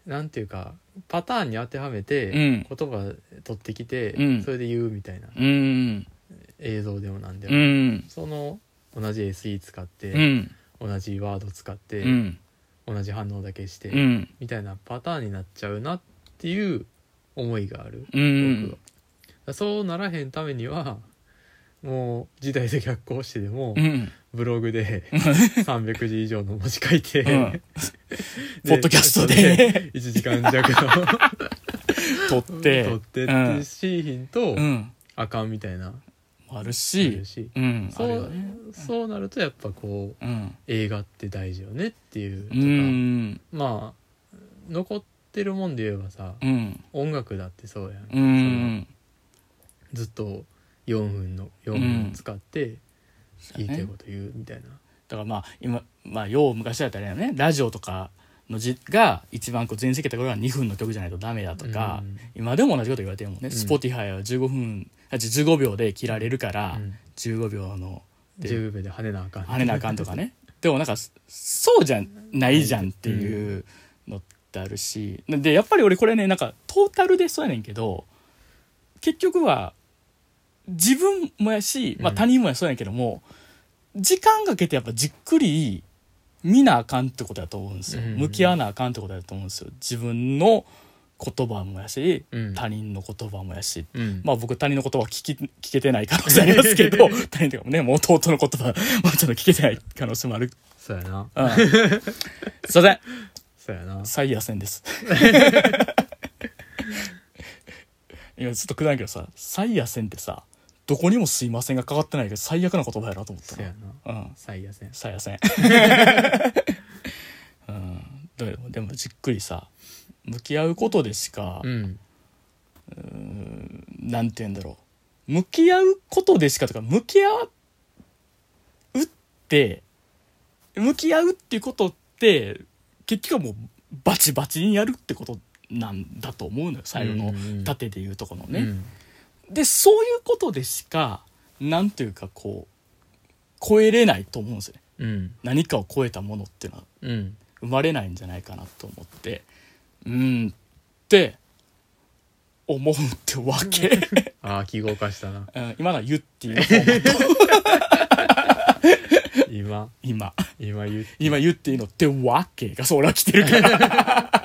Speaker 2: なんていうかパターンに当てはめて、
Speaker 1: うん
Speaker 2: 言葉取ってきて、
Speaker 1: うん
Speaker 2: それで言うみたいな
Speaker 1: うん
Speaker 2: 映像でもなんで
Speaker 1: う
Speaker 2: も、
Speaker 1: ん
Speaker 2: その同じ SE 使って、
Speaker 1: うん
Speaker 2: 同じワード使って、
Speaker 1: うん
Speaker 2: 同じ反応だけして、
Speaker 1: うん
Speaker 2: みたいなパターンになっちゃうなっていう思いがある、
Speaker 1: うん
Speaker 2: 僕はだそうならへんためには [LAUGHS] もう時代で逆行してでも、
Speaker 1: うん
Speaker 2: ブロ
Speaker 1: [LAUGHS]
Speaker 2: グで300字以上の文字書いて、
Speaker 1: うん
Speaker 2: で
Speaker 1: ポッドキャストで
Speaker 2: 1時間弱の
Speaker 1: [LAUGHS] 撮っ
Speaker 2: 撮
Speaker 1: て
Speaker 2: ってっ
Speaker 1: う
Speaker 2: て
Speaker 1: ん
Speaker 2: シーヒン
Speaker 1: う
Speaker 2: と
Speaker 1: ん
Speaker 2: あかんみたいな
Speaker 1: ある
Speaker 2: あ
Speaker 1: し
Speaker 2: るし
Speaker 1: うん
Speaker 2: そ
Speaker 1: あるよ
Speaker 2: う
Speaker 1: ね
Speaker 2: そうなるとやっぱこう
Speaker 1: うん
Speaker 2: 映画って大事よねっていう
Speaker 1: う
Speaker 2: と
Speaker 1: ん
Speaker 2: かまあ残ってるもんで言えばさ
Speaker 1: うん
Speaker 2: 音楽だってそうやん
Speaker 1: うん
Speaker 2: ずっと4分の4分使って聞いてること言うみたいな
Speaker 1: だからまあ今まあよう昔だったらあれだよねラジオとかのじが一番こう全盛期だった頃は2分の曲じゃないとダメだとか
Speaker 2: うん
Speaker 1: 今でも同じこと言われてるもんね
Speaker 2: ん
Speaker 1: Spotify は15分あじゃ15秒で切られるから
Speaker 2: うん
Speaker 1: 15秒ので
Speaker 2: 10秒で跳ねなあかん
Speaker 1: 跳ねなあかんとかねでもなんかそそうじゃないじゃんっていうのってあるしでやっぱり俺これねなんかトータルでそうやねんけど結局は自分もやし、まあ、
Speaker 2: うん
Speaker 1: 他人もやそうやねんけども、時間かけてやっぱじっくり見なあかんってことだと思うんですよ、
Speaker 2: うん
Speaker 1: 向き合わなあかんってことだと思うんですよ自分の言葉もやし
Speaker 2: うん
Speaker 1: 他人の言葉もやし、
Speaker 2: うん
Speaker 1: まあ僕他人の言葉は聞き聞けてない可能性ありますけ
Speaker 2: [LAUGHS]
Speaker 1: ど他人とかもねもう弟の言葉 [LAUGHS] もうちょっと聞けてない可能性もある、
Speaker 2: そうやな
Speaker 1: うん、すいません
Speaker 2: そうやな
Speaker 1: 最野戦ですいやちょっとくだらんけどさ最野戦ってさどこにも「すいません」がかかってないけど最悪な言葉やなと思った
Speaker 2: そうや
Speaker 1: な
Speaker 2: な
Speaker 1: うん
Speaker 2: 最悪やね
Speaker 1: 最野
Speaker 2: [LAUGHS]
Speaker 1: 戦うんどうやろうでもじっくりさ向き合うことでしか、
Speaker 2: うん
Speaker 1: なんて言うんだろう向き合うことでしかとか向き合うって向き合うっていうことって結局はもうバチバチにやるってことなんだと思うのよ最後
Speaker 2: う
Speaker 1: の
Speaker 2: んうんうん
Speaker 1: 盾でいうとこの
Speaker 2: う
Speaker 1: ね。
Speaker 2: ん
Speaker 1: でそういうことでしかなんていうかこう超えれないと思うんですよね
Speaker 2: うん
Speaker 1: 何かを超えたものっていうのは
Speaker 2: うん
Speaker 1: 生まれないんじゃないかなと思ってうんって思うってわけ。
Speaker 2: [LAUGHS] ああ記号化したな
Speaker 1: うん今のはユッティのフ [LAUGHS] ォーマット
Speaker 2: 今
Speaker 1: 今
Speaker 2: 今言う
Speaker 1: 今ユッティのってわけがそう俺は来てるから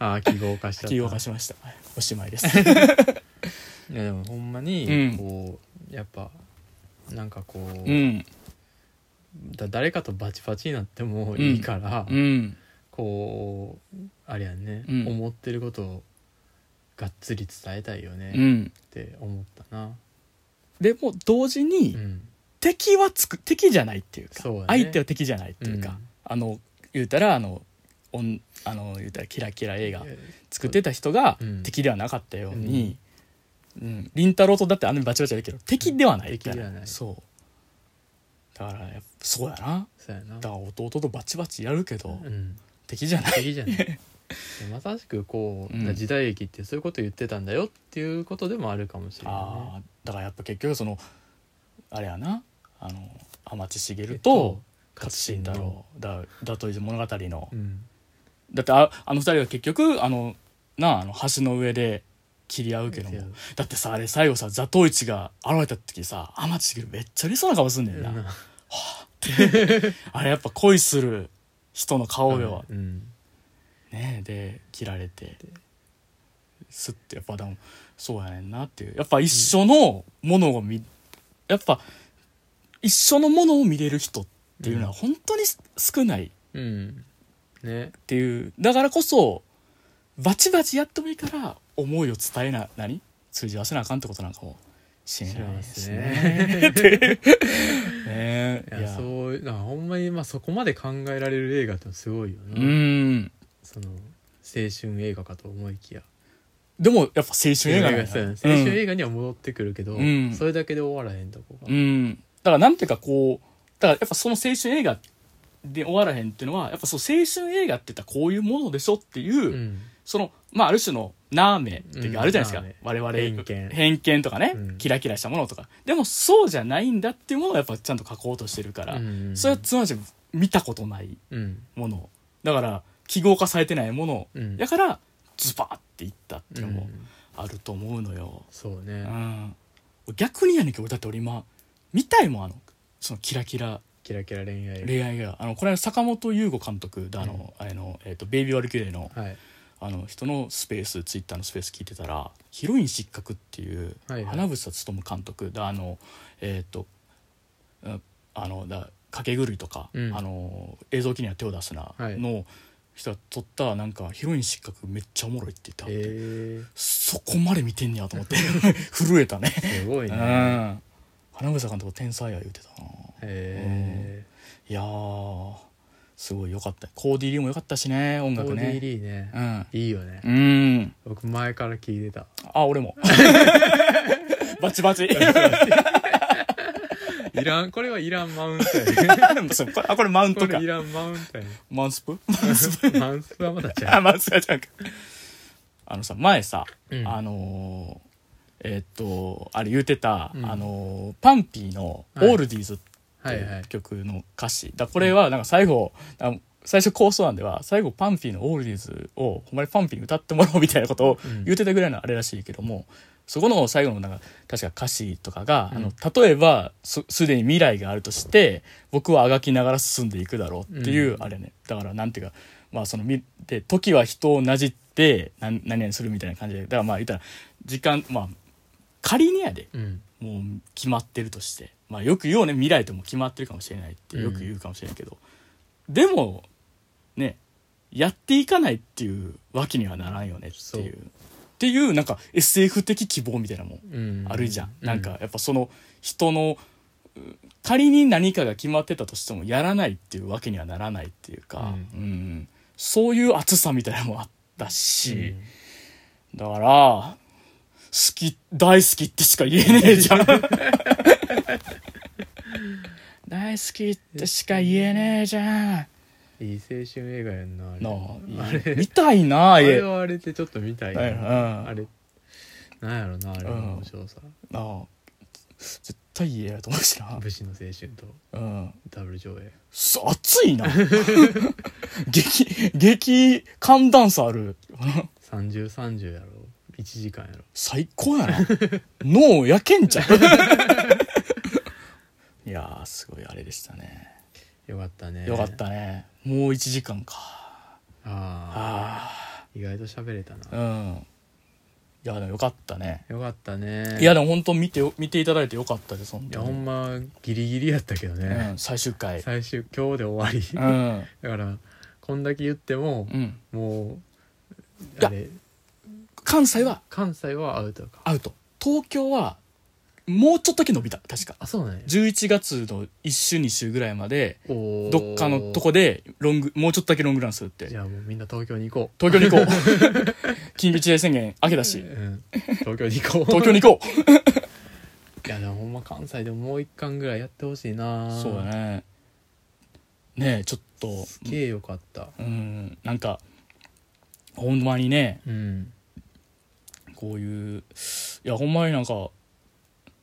Speaker 2: ああ記号化しちゃった
Speaker 1: 起用がしましたはいおしまいです
Speaker 2: いやでもほんま
Speaker 1: うん
Speaker 2: にこう、やっぱなんかこう、
Speaker 1: うん
Speaker 2: だ誰かとバチバチになってもいいから、
Speaker 1: うん
Speaker 2: こうあれやね、
Speaker 1: うん
Speaker 2: 思ってることをがっつり伝えたいよね
Speaker 1: う
Speaker 2: っ
Speaker 1: ん
Speaker 2: て思ったな、
Speaker 1: でも同時に
Speaker 2: うん
Speaker 1: 敵はつく敵じゃないっていうか
Speaker 2: そうだね
Speaker 1: 相手は敵じゃないっていう
Speaker 2: う
Speaker 1: か
Speaker 2: ん
Speaker 1: あの言うたらあのおんあの言うたらキラキラ映画作ってた人が
Speaker 2: うん
Speaker 1: 敵ではなかったようにうん凛太郎とだってあんなにバチバチやるけど敵ではないから
Speaker 2: 敵ではない
Speaker 1: そうだからやっぱそうやな
Speaker 2: そうやな
Speaker 1: だから弟とバチバチやるけど、
Speaker 2: うん
Speaker 1: 敵じゃない
Speaker 2: 敵じゃないでまさしくこ
Speaker 1: う
Speaker 2: う、
Speaker 1: ん
Speaker 2: 時代劇ってそういうこと言ってたんだよっていうことでもあるかもしれ
Speaker 1: あ
Speaker 2: な
Speaker 1: あだからやっぱ結局そのあれやなあの天地茂
Speaker 2: いね
Speaker 1: と勝新太郎だだという物語の、
Speaker 2: うん
Speaker 1: だってああの二人は結局あのなああの橋の上で切り合うけども
Speaker 2: 切り合う
Speaker 1: だってさあれ最後さ座頭市が現れた時さ天地茂めっちゃ嬉しそうな顔すんねんな、あれやっぱ恋する人の顔よ、
Speaker 2: うん
Speaker 1: ねで切られてすってやっぱでもそうやねんなっていうやっぱ一緒のものを見、やっぱ一緒のものを見れる人っていうのは本当にす少ないっ
Speaker 2: うんね
Speaker 1: ていうだからこそバチバチやってもいいから思いを伝えな何通じ合わせなあかんってことなんかもしれないですね。 [LAUGHS] っていうね
Speaker 2: いやそういうなんかほんまにまあそこまで考えられる映画ってすごいよ
Speaker 1: う
Speaker 2: な、
Speaker 1: ん
Speaker 2: その青春映画かと思いきや
Speaker 1: でもやっぱ青春映画なんや
Speaker 2: そうやね青春映画には戻ってくるけど、
Speaker 1: うん
Speaker 2: それだけで終わらへんとこが、
Speaker 1: うん、だからなんていうかこうだからやっぱその青春映画で終わらへんっていうのはやっぱそう青春映画って言ったらこういうものでしょっていう、
Speaker 2: うん
Speaker 1: そのまあある種のナーメっていうか
Speaker 2: うん
Speaker 1: あるじゃないですか、
Speaker 2: ナーメ
Speaker 1: 我々
Speaker 2: 偏見
Speaker 1: 偏見とかね、
Speaker 2: うん
Speaker 1: キラキラしたものとかでもそうじゃないんだっていうものをやっぱちゃんと書こうとしてるから、
Speaker 2: うん
Speaker 1: それはつまり見たことない
Speaker 2: うん
Speaker 1: ものだから記号化されてないもの
Speaker 2: うん
Speaker 1: だからズバーっていったっていううのも
Speaker 2: ん
Speaker 1: あると思うのよ。
Speaker 2: そうね、
Speaker 1: うん、逆にやねんけど俺だって俺今見たいもんあのそのキラキラ
Speaker 2: キラキラ恋愛
Speaker 1: 恋愛があのこれ坂本優吾監督であの、あのえー、とベイビー・ワルキューレの
Speaker 2: はい
Speaker 1: あの人のスペースツイッターのスペース聞いてたら「ヒロイン失格」っていう
Speaker 2: はいはい
Speaker 1: 花房勉監督であのえっ、とうんあのだ掛け狂いとか、
Speaker 2: うん
Speaker 1: あの映像機には手を出すな
Speaker 2: はい
Speaker 1: の人が撮ったなんかヒロイン失格めっちゃおもろいって言った、
Speaker 2: え
Speaker 1: そこまで見てんねやと思って [LAUGHS] 震えたね
Speaker 2: ー、すごいね
Speaker 1: う
Speaker 2: へ
Speaker 1: ん花房監督天才や言うてたな
Speaker 2: え
Speaker 1: いやーすごい良かったコーディリーも良かったしね音楽ね
Speaker 2: ODD ね
Speaker 1: うん
Speaker 2: いいよね
Speaker 1: うん
Speaker 2: 僕前から聞いてた
Speaker 1: あ俺も [LAUGHS] バチバチ
Speaker 2: いらんこれはいらんマウントやね [LAUGHS]
Speaker 1: そう [LAUGHS] これあこれマウン
Speaker 2: こ
Speaker 1: トか
Speaker 2: れいらんマウントやね
Speaker 1: マンスプ
Speaker 2: マウントはまだちゃ
Speaker 1: [LAUGHS] あマンスプじゃんかあのさ前さ、
Speaker 2: う、うん、
Speaker 1: あのーえーっとあれ言うてた、
Speaker 2: うん
Speaker 1: あのーパンピーの「オ
Speaker 2: はい
Speaker 1: ールディーズ」っ
Speaker 2: は
Speaker 1: て
Speaker 2: い
Speaker 1: い
Speaker 2: はいう
Speaker 1: 曲の歌詞、だこれはなんか最後あの最初構想案では最後パンピーの「オールディーズ」をほんまにパンピーに歌ってもらおうみたいなことを
Speaker 2: うん
Speaker 1: 言ってたぐらいのあれらしいけども、そこの最後のなんか確か歌詞とかが、
Speaker 2: うん
Speaker 1: あの例えばすすでに未来があるとして僕はあがきながら進んでいくだろうっていう、
Speaker 2: うん
Speaker 1: あれねだからなんていうかまあそのみで時は人をなじってって何何々するみたいな感じでだからまあ言ったら時間まあ仮にやで
Speaker 2: うん
Speaker 1: もう決まってるとして、まあ、よく言うね未来とも決まってるかもしれないってよく言うかもしれないけど、でもねやっていかないっていうわけにはならんよねっていう
Speaker 2: そう
Speaker 1: っていうなんか SF 的希望みたいなもん
Speaker 2: うん
Speaker 1: あるじゃん、なんかやっぱその人のう仮に何かが決まってたとしてもやらないっていうわけにはならないっていうか、うんそういう熱さみたいなのもあったし。だから、好き、大好きってしか言えねえじゃん。 [LAUGHS] 大好きってしか言えねえじゃん。
Speaker 2: うんいい青春映画やんなあれ
Speaker 1: な
Speaker 2: あ
Speaker 1: あ、
Speaker 2: れ
Speaker 1: 見たいなあ、
Speaker 2: あ
Speaker 1: いえ。
Speaker 2: れ
Speaker 1: な
Speaker 2: はあれでちょっと見たいな
Speaker 1: うん
Speaker 2: あれなんやろなあれの面白さ
Speaker 1: あ、絶対言えやと思うしな。
Speaker 2: 武士の青春と
Speaker 1: うん。
Speaker 2: ダブル上映
Speaker 1: す熱いな。 [LAUGHS] 激、激寒暖差ある。
Speaker 2: 3030やろ1時間やろ
Speaker 1: 最高やな脳焼け [LAUGHS] んちゃういやーすごいあれでしたね
Speaker 2: よかったね
Speaker 1: よかったねもう1時間か
Speaker 2: あ
Speaker 1: あ
Speaker 2: あ意外と喋れたな
Speaker 1: あうんいやでもよかったね
Speaker 2: よかったね
Speaker 1: いやでも本当見てよ見ていただいてよかったです本
Speaker 2: いや
Speaker 1: 当
Speaker 2: ほ
Speaker 1: に
Speaker 2: んまギリギリやったけど
Speaker 1: う
Speaker 2: ね
Speaker 1: ん、最終回
Speaker 2: 最終今日で終わり
Speaker 1: うん、
Speaker 2: だからこんだけ言っても
Speaker 1: うん、
Speaker 2: も
Speaker 1: いうや
Speaker 2: あれ
Speaker 1: 関西は
Speaker 2: 関西はアウトか
Speaker 1: アウト東京はもうちょっとだけ伸びた確か
Speaker 2: あそうなんや
Speaker 1: 11月の1週2週ぐらいまで
Speaker 2: おー
Speaker 1: どっかのとこでロングもうちょっとだけロングランするって
Speaker 2: じゃあもうみんな東京に行こう
Speaker 1: 東京に行こう
Speaker 2: [LAUGHS]
Speaker 1: 緊急事態宣言明けだし
Speaker 2: うん東京に行こう
Speaker 1: 東京に行こう
Speaker 2: [LAUGHS] いやでもほんま関西でももう一巻ぐらいやってほしいな
Speaker 1: そうだねねえちょっと
Speaker 2: すげえよかった
Speaker 1: うんなんかほんまにね
Speaker 2: うん
Speaker 1: こういういやほんまになんか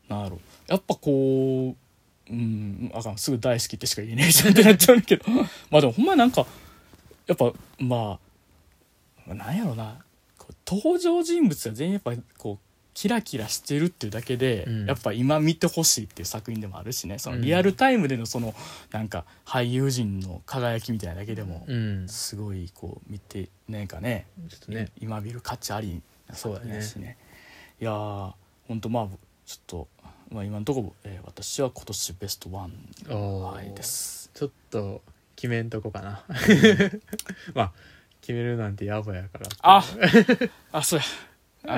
Speaker 1: なんやろやっぱこううんあかんすぐ大好きってしか言えねえじゃんってなっちゃうんだけど [LAUGHS] まあでもほんまになんかやっぱまあなんやろなこう登場人物が全員やっぱこうキラキラしてるっていうだけで、
Speaker 2: うん
Speaker 1: やっぱ今見てほしいっていう作品でもあるしねその
Speaker 2: うん
Speaker 1: リアルタイムでのそのなんか俳優陣の輝きみたいなだけでも
Speaker 2: うんち
Speaker 1: すごいこう見てなんかね
Speaker 2: ょっとね
Speaker 1: 今見る価値ありな作品やし
Speaker 2: そう
Speaker 1: ねいやーほんとまあちょっと、まあ、今のところ、えー私は今年ベストワン
Speaker 2: ああ
Speaker 1: はいです
Speaker 2: ちょっと決めんとこかな [LAUGHS] まあ決めるなんて野暮やから
Speaker 1: あ
Speaker 2: [LAUGHS]
Speaker 1: あそうやあ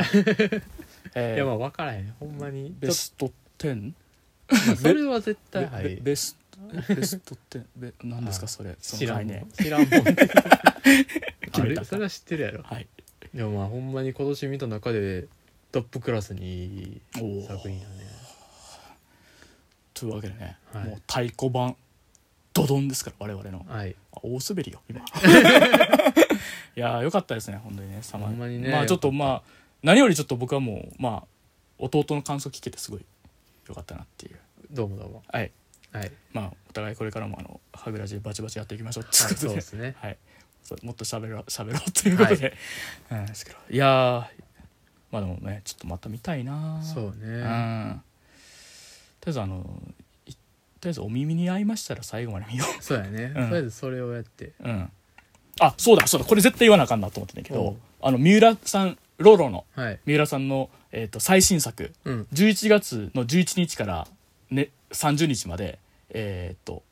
Speaker 1: えー
Speaker 2: いやまあ分からへんほんまに
Speaker 1: ベスト 10?
Speaker 2: ちょっとそれは絶対
Speaker 1: ベ
Speaker 2: は
Speaker 1: ベ
Speaker 2: い
Speaker 1: ベストベスト10べ何ですか
Speaker 2: あ
Speaker 1: それそ
Speaker 2: 知
Speaker 1: の
Speaker 2: らん
Speaker 1: 概念
Speaker 2: もん知らんもん
Speaker 1: [LAUGHS] 決
Speaker 2: あ
Speaker 1: めた
Speaker 2: れそれは知ってるやろ
Speaker 1: はい
Speaker 2: でもまあほんまに今年見た中でトップクラスに
Speaker 1: お
Speaker 2: いい
Speaker 1: ー
Speaker 2: 作品だね
Speaker 1: というわけでね、
Speaker 2: はい
Speaker 1: もう太鼓判ドドンですから我々の
Speaker 2: はい
Speaker 1: あ大滑りよ
Speaker 2: [LAUGHS]
Speaker 1: 今いやーよかったですね本当にねサマー
Speaker 2: ほんまにね
Speaker 1: まあちょっとまあ何よりちょっと僕はもうまあ弟の感想聞けてすごいよかったなっていう
Speaker 2: どうもどうも
Speaker 1: はい
Speaker 2: はい
Speaker 1: まあお互いこれからもあのはぐらじでバチバチやっていきましょうってい
Speaker 2: は
Speaker 1: うこ
Speaker 2: い
Speaker 1: と
Speaker 2: そう
Speaker 1: で
Speaker 2: ですね
Speaker 1: はい、そうもっと喋ろう喋ろうということで、うんですけどいやーまあでもねちょっとまた見たいな
Speaker 2: そう
Speaker 1: う
Speaker 2: ね
Speaker 1: んとりあえずあのいとりあえずお耳に合いましたら最後まで見よ
Speaker 2: そうやね
Speaker 1: うん
Speaker 2: とりあえずそれをやって
Speaker 1: う、うん、あそうだそうだこれ絶対言わなあかんなと思ってんだけ
Speaker 2: お
Speaker 1: ど
Speaker 2: う
Speaker 1: あの三浦さんロロの
Speaker 2: はい
Speaker 1: 三浦さんの、えー、と最新作
Speaker 2: うん
Speaker 1: 11月の11日から、ね、30日までえっ、と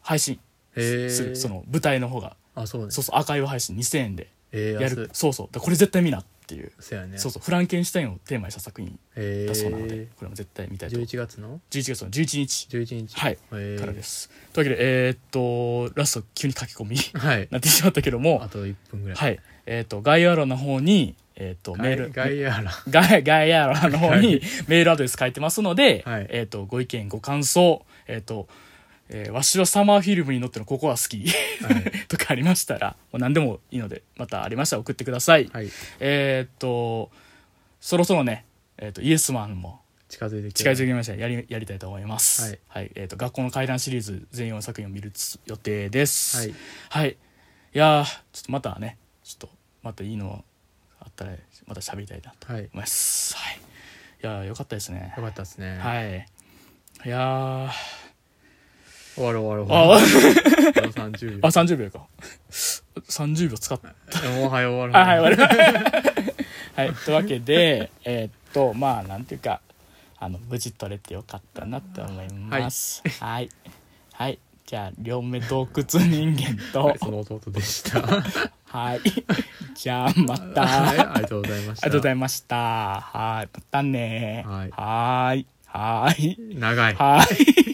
Speaker 1: 配信
Speaker 2: へえ
Speaker 1: するその舞台の方が
Speaker 2: あそうね
Speaker 1: そうそうアーカイブ配信2000円で
Speaker 2: ええ
Speaker 1: や
Speaker 2: 安い
Speaker 1: るそうそうだからこれ絶対見なっていう、
Speaker 2: そうやね
Speaker 1: そうそうフランケンシュタインをテーマにした作品
Speaker 2: へ
Speaker 1: だそうなので、
Speaker 2: え
Speaker 1: これも絶対見たいと11
Speaker 2: 11月の
Speaker 1: 月の11日
Speaker 2: 11日
Speaker 1: はい
Speaker 2: へえ
Speaker 1: からです、というわけでえーっとラスト急に書き込み [LAUGHS]
Speaker 2: はい
Speaker 1: なってしまったけども
Speaker 2: あと1分ぐらい
Speaker 1: はいえーっと概要欄の方にえーっとメール
Speaker 2: ガイガイアラ
Speaker 1: 概概要欄の方にメールアドレス書いてますので、
Speaker 2: はい
Speaker 1: えー、とご意見ご感想、えーとえーわしはサマーフィルムに乗ってのここは好き [LAUGHS]
Speaker 2: はい
Speaker 1: とかありましたらもう何でもいいのでまたありましたら送ってください、
Speaker 2: はい
Speaker 1: えっ、とそろそろね、えー、とイエスマンも
Speaker 2: 近づいてきて
Speaker 1: 近づいてきましたらやりやりたいと思います、
Speaker 2: はい
Speaker 1: えー、と学校の怪談シリーズ全4作品を見るつ予定です
Speaker 2: はい
Speaker 1: はい、いやーちょっとまたねちょっとまたいいのあったらまた喋りたいな
Speaker 2: はいよ
Speaker 1: 思います。はい。いやー、よかったですね。
Speaker 2: かったですね
Speaker 1: はい。いやー、あ、
Speaker 2: 終わる終わる終わ
Speaker 1: あ [LAUGHS]
Speaker 2: るあ30秒
Speaker 1: 30秒か。 30秒使った
Speaker 2: もうはい終わる
Speaker 1: あはい終わる [LAUGHS] はいというわけでえーっとまあなんていうかあの無事取れてよかったなと思いますはいはい、じゃあ両目洞窟人間と
Speaker 2: はいその弟でした。 [LAUGHS] は
Speaker 1: はいじゃあま
Speaker 2: い
Speaker 1: た
Speaker 2: [LAUGHS] ありがとうございまし
Speaker 1: あ
Speaker 2: た。
Speaker 1: りがとうございましたはいまたね
Speaker 2: はい
Speaker 1: はーいはーい
Speaker 2: 長い。
Speaker 1: はーい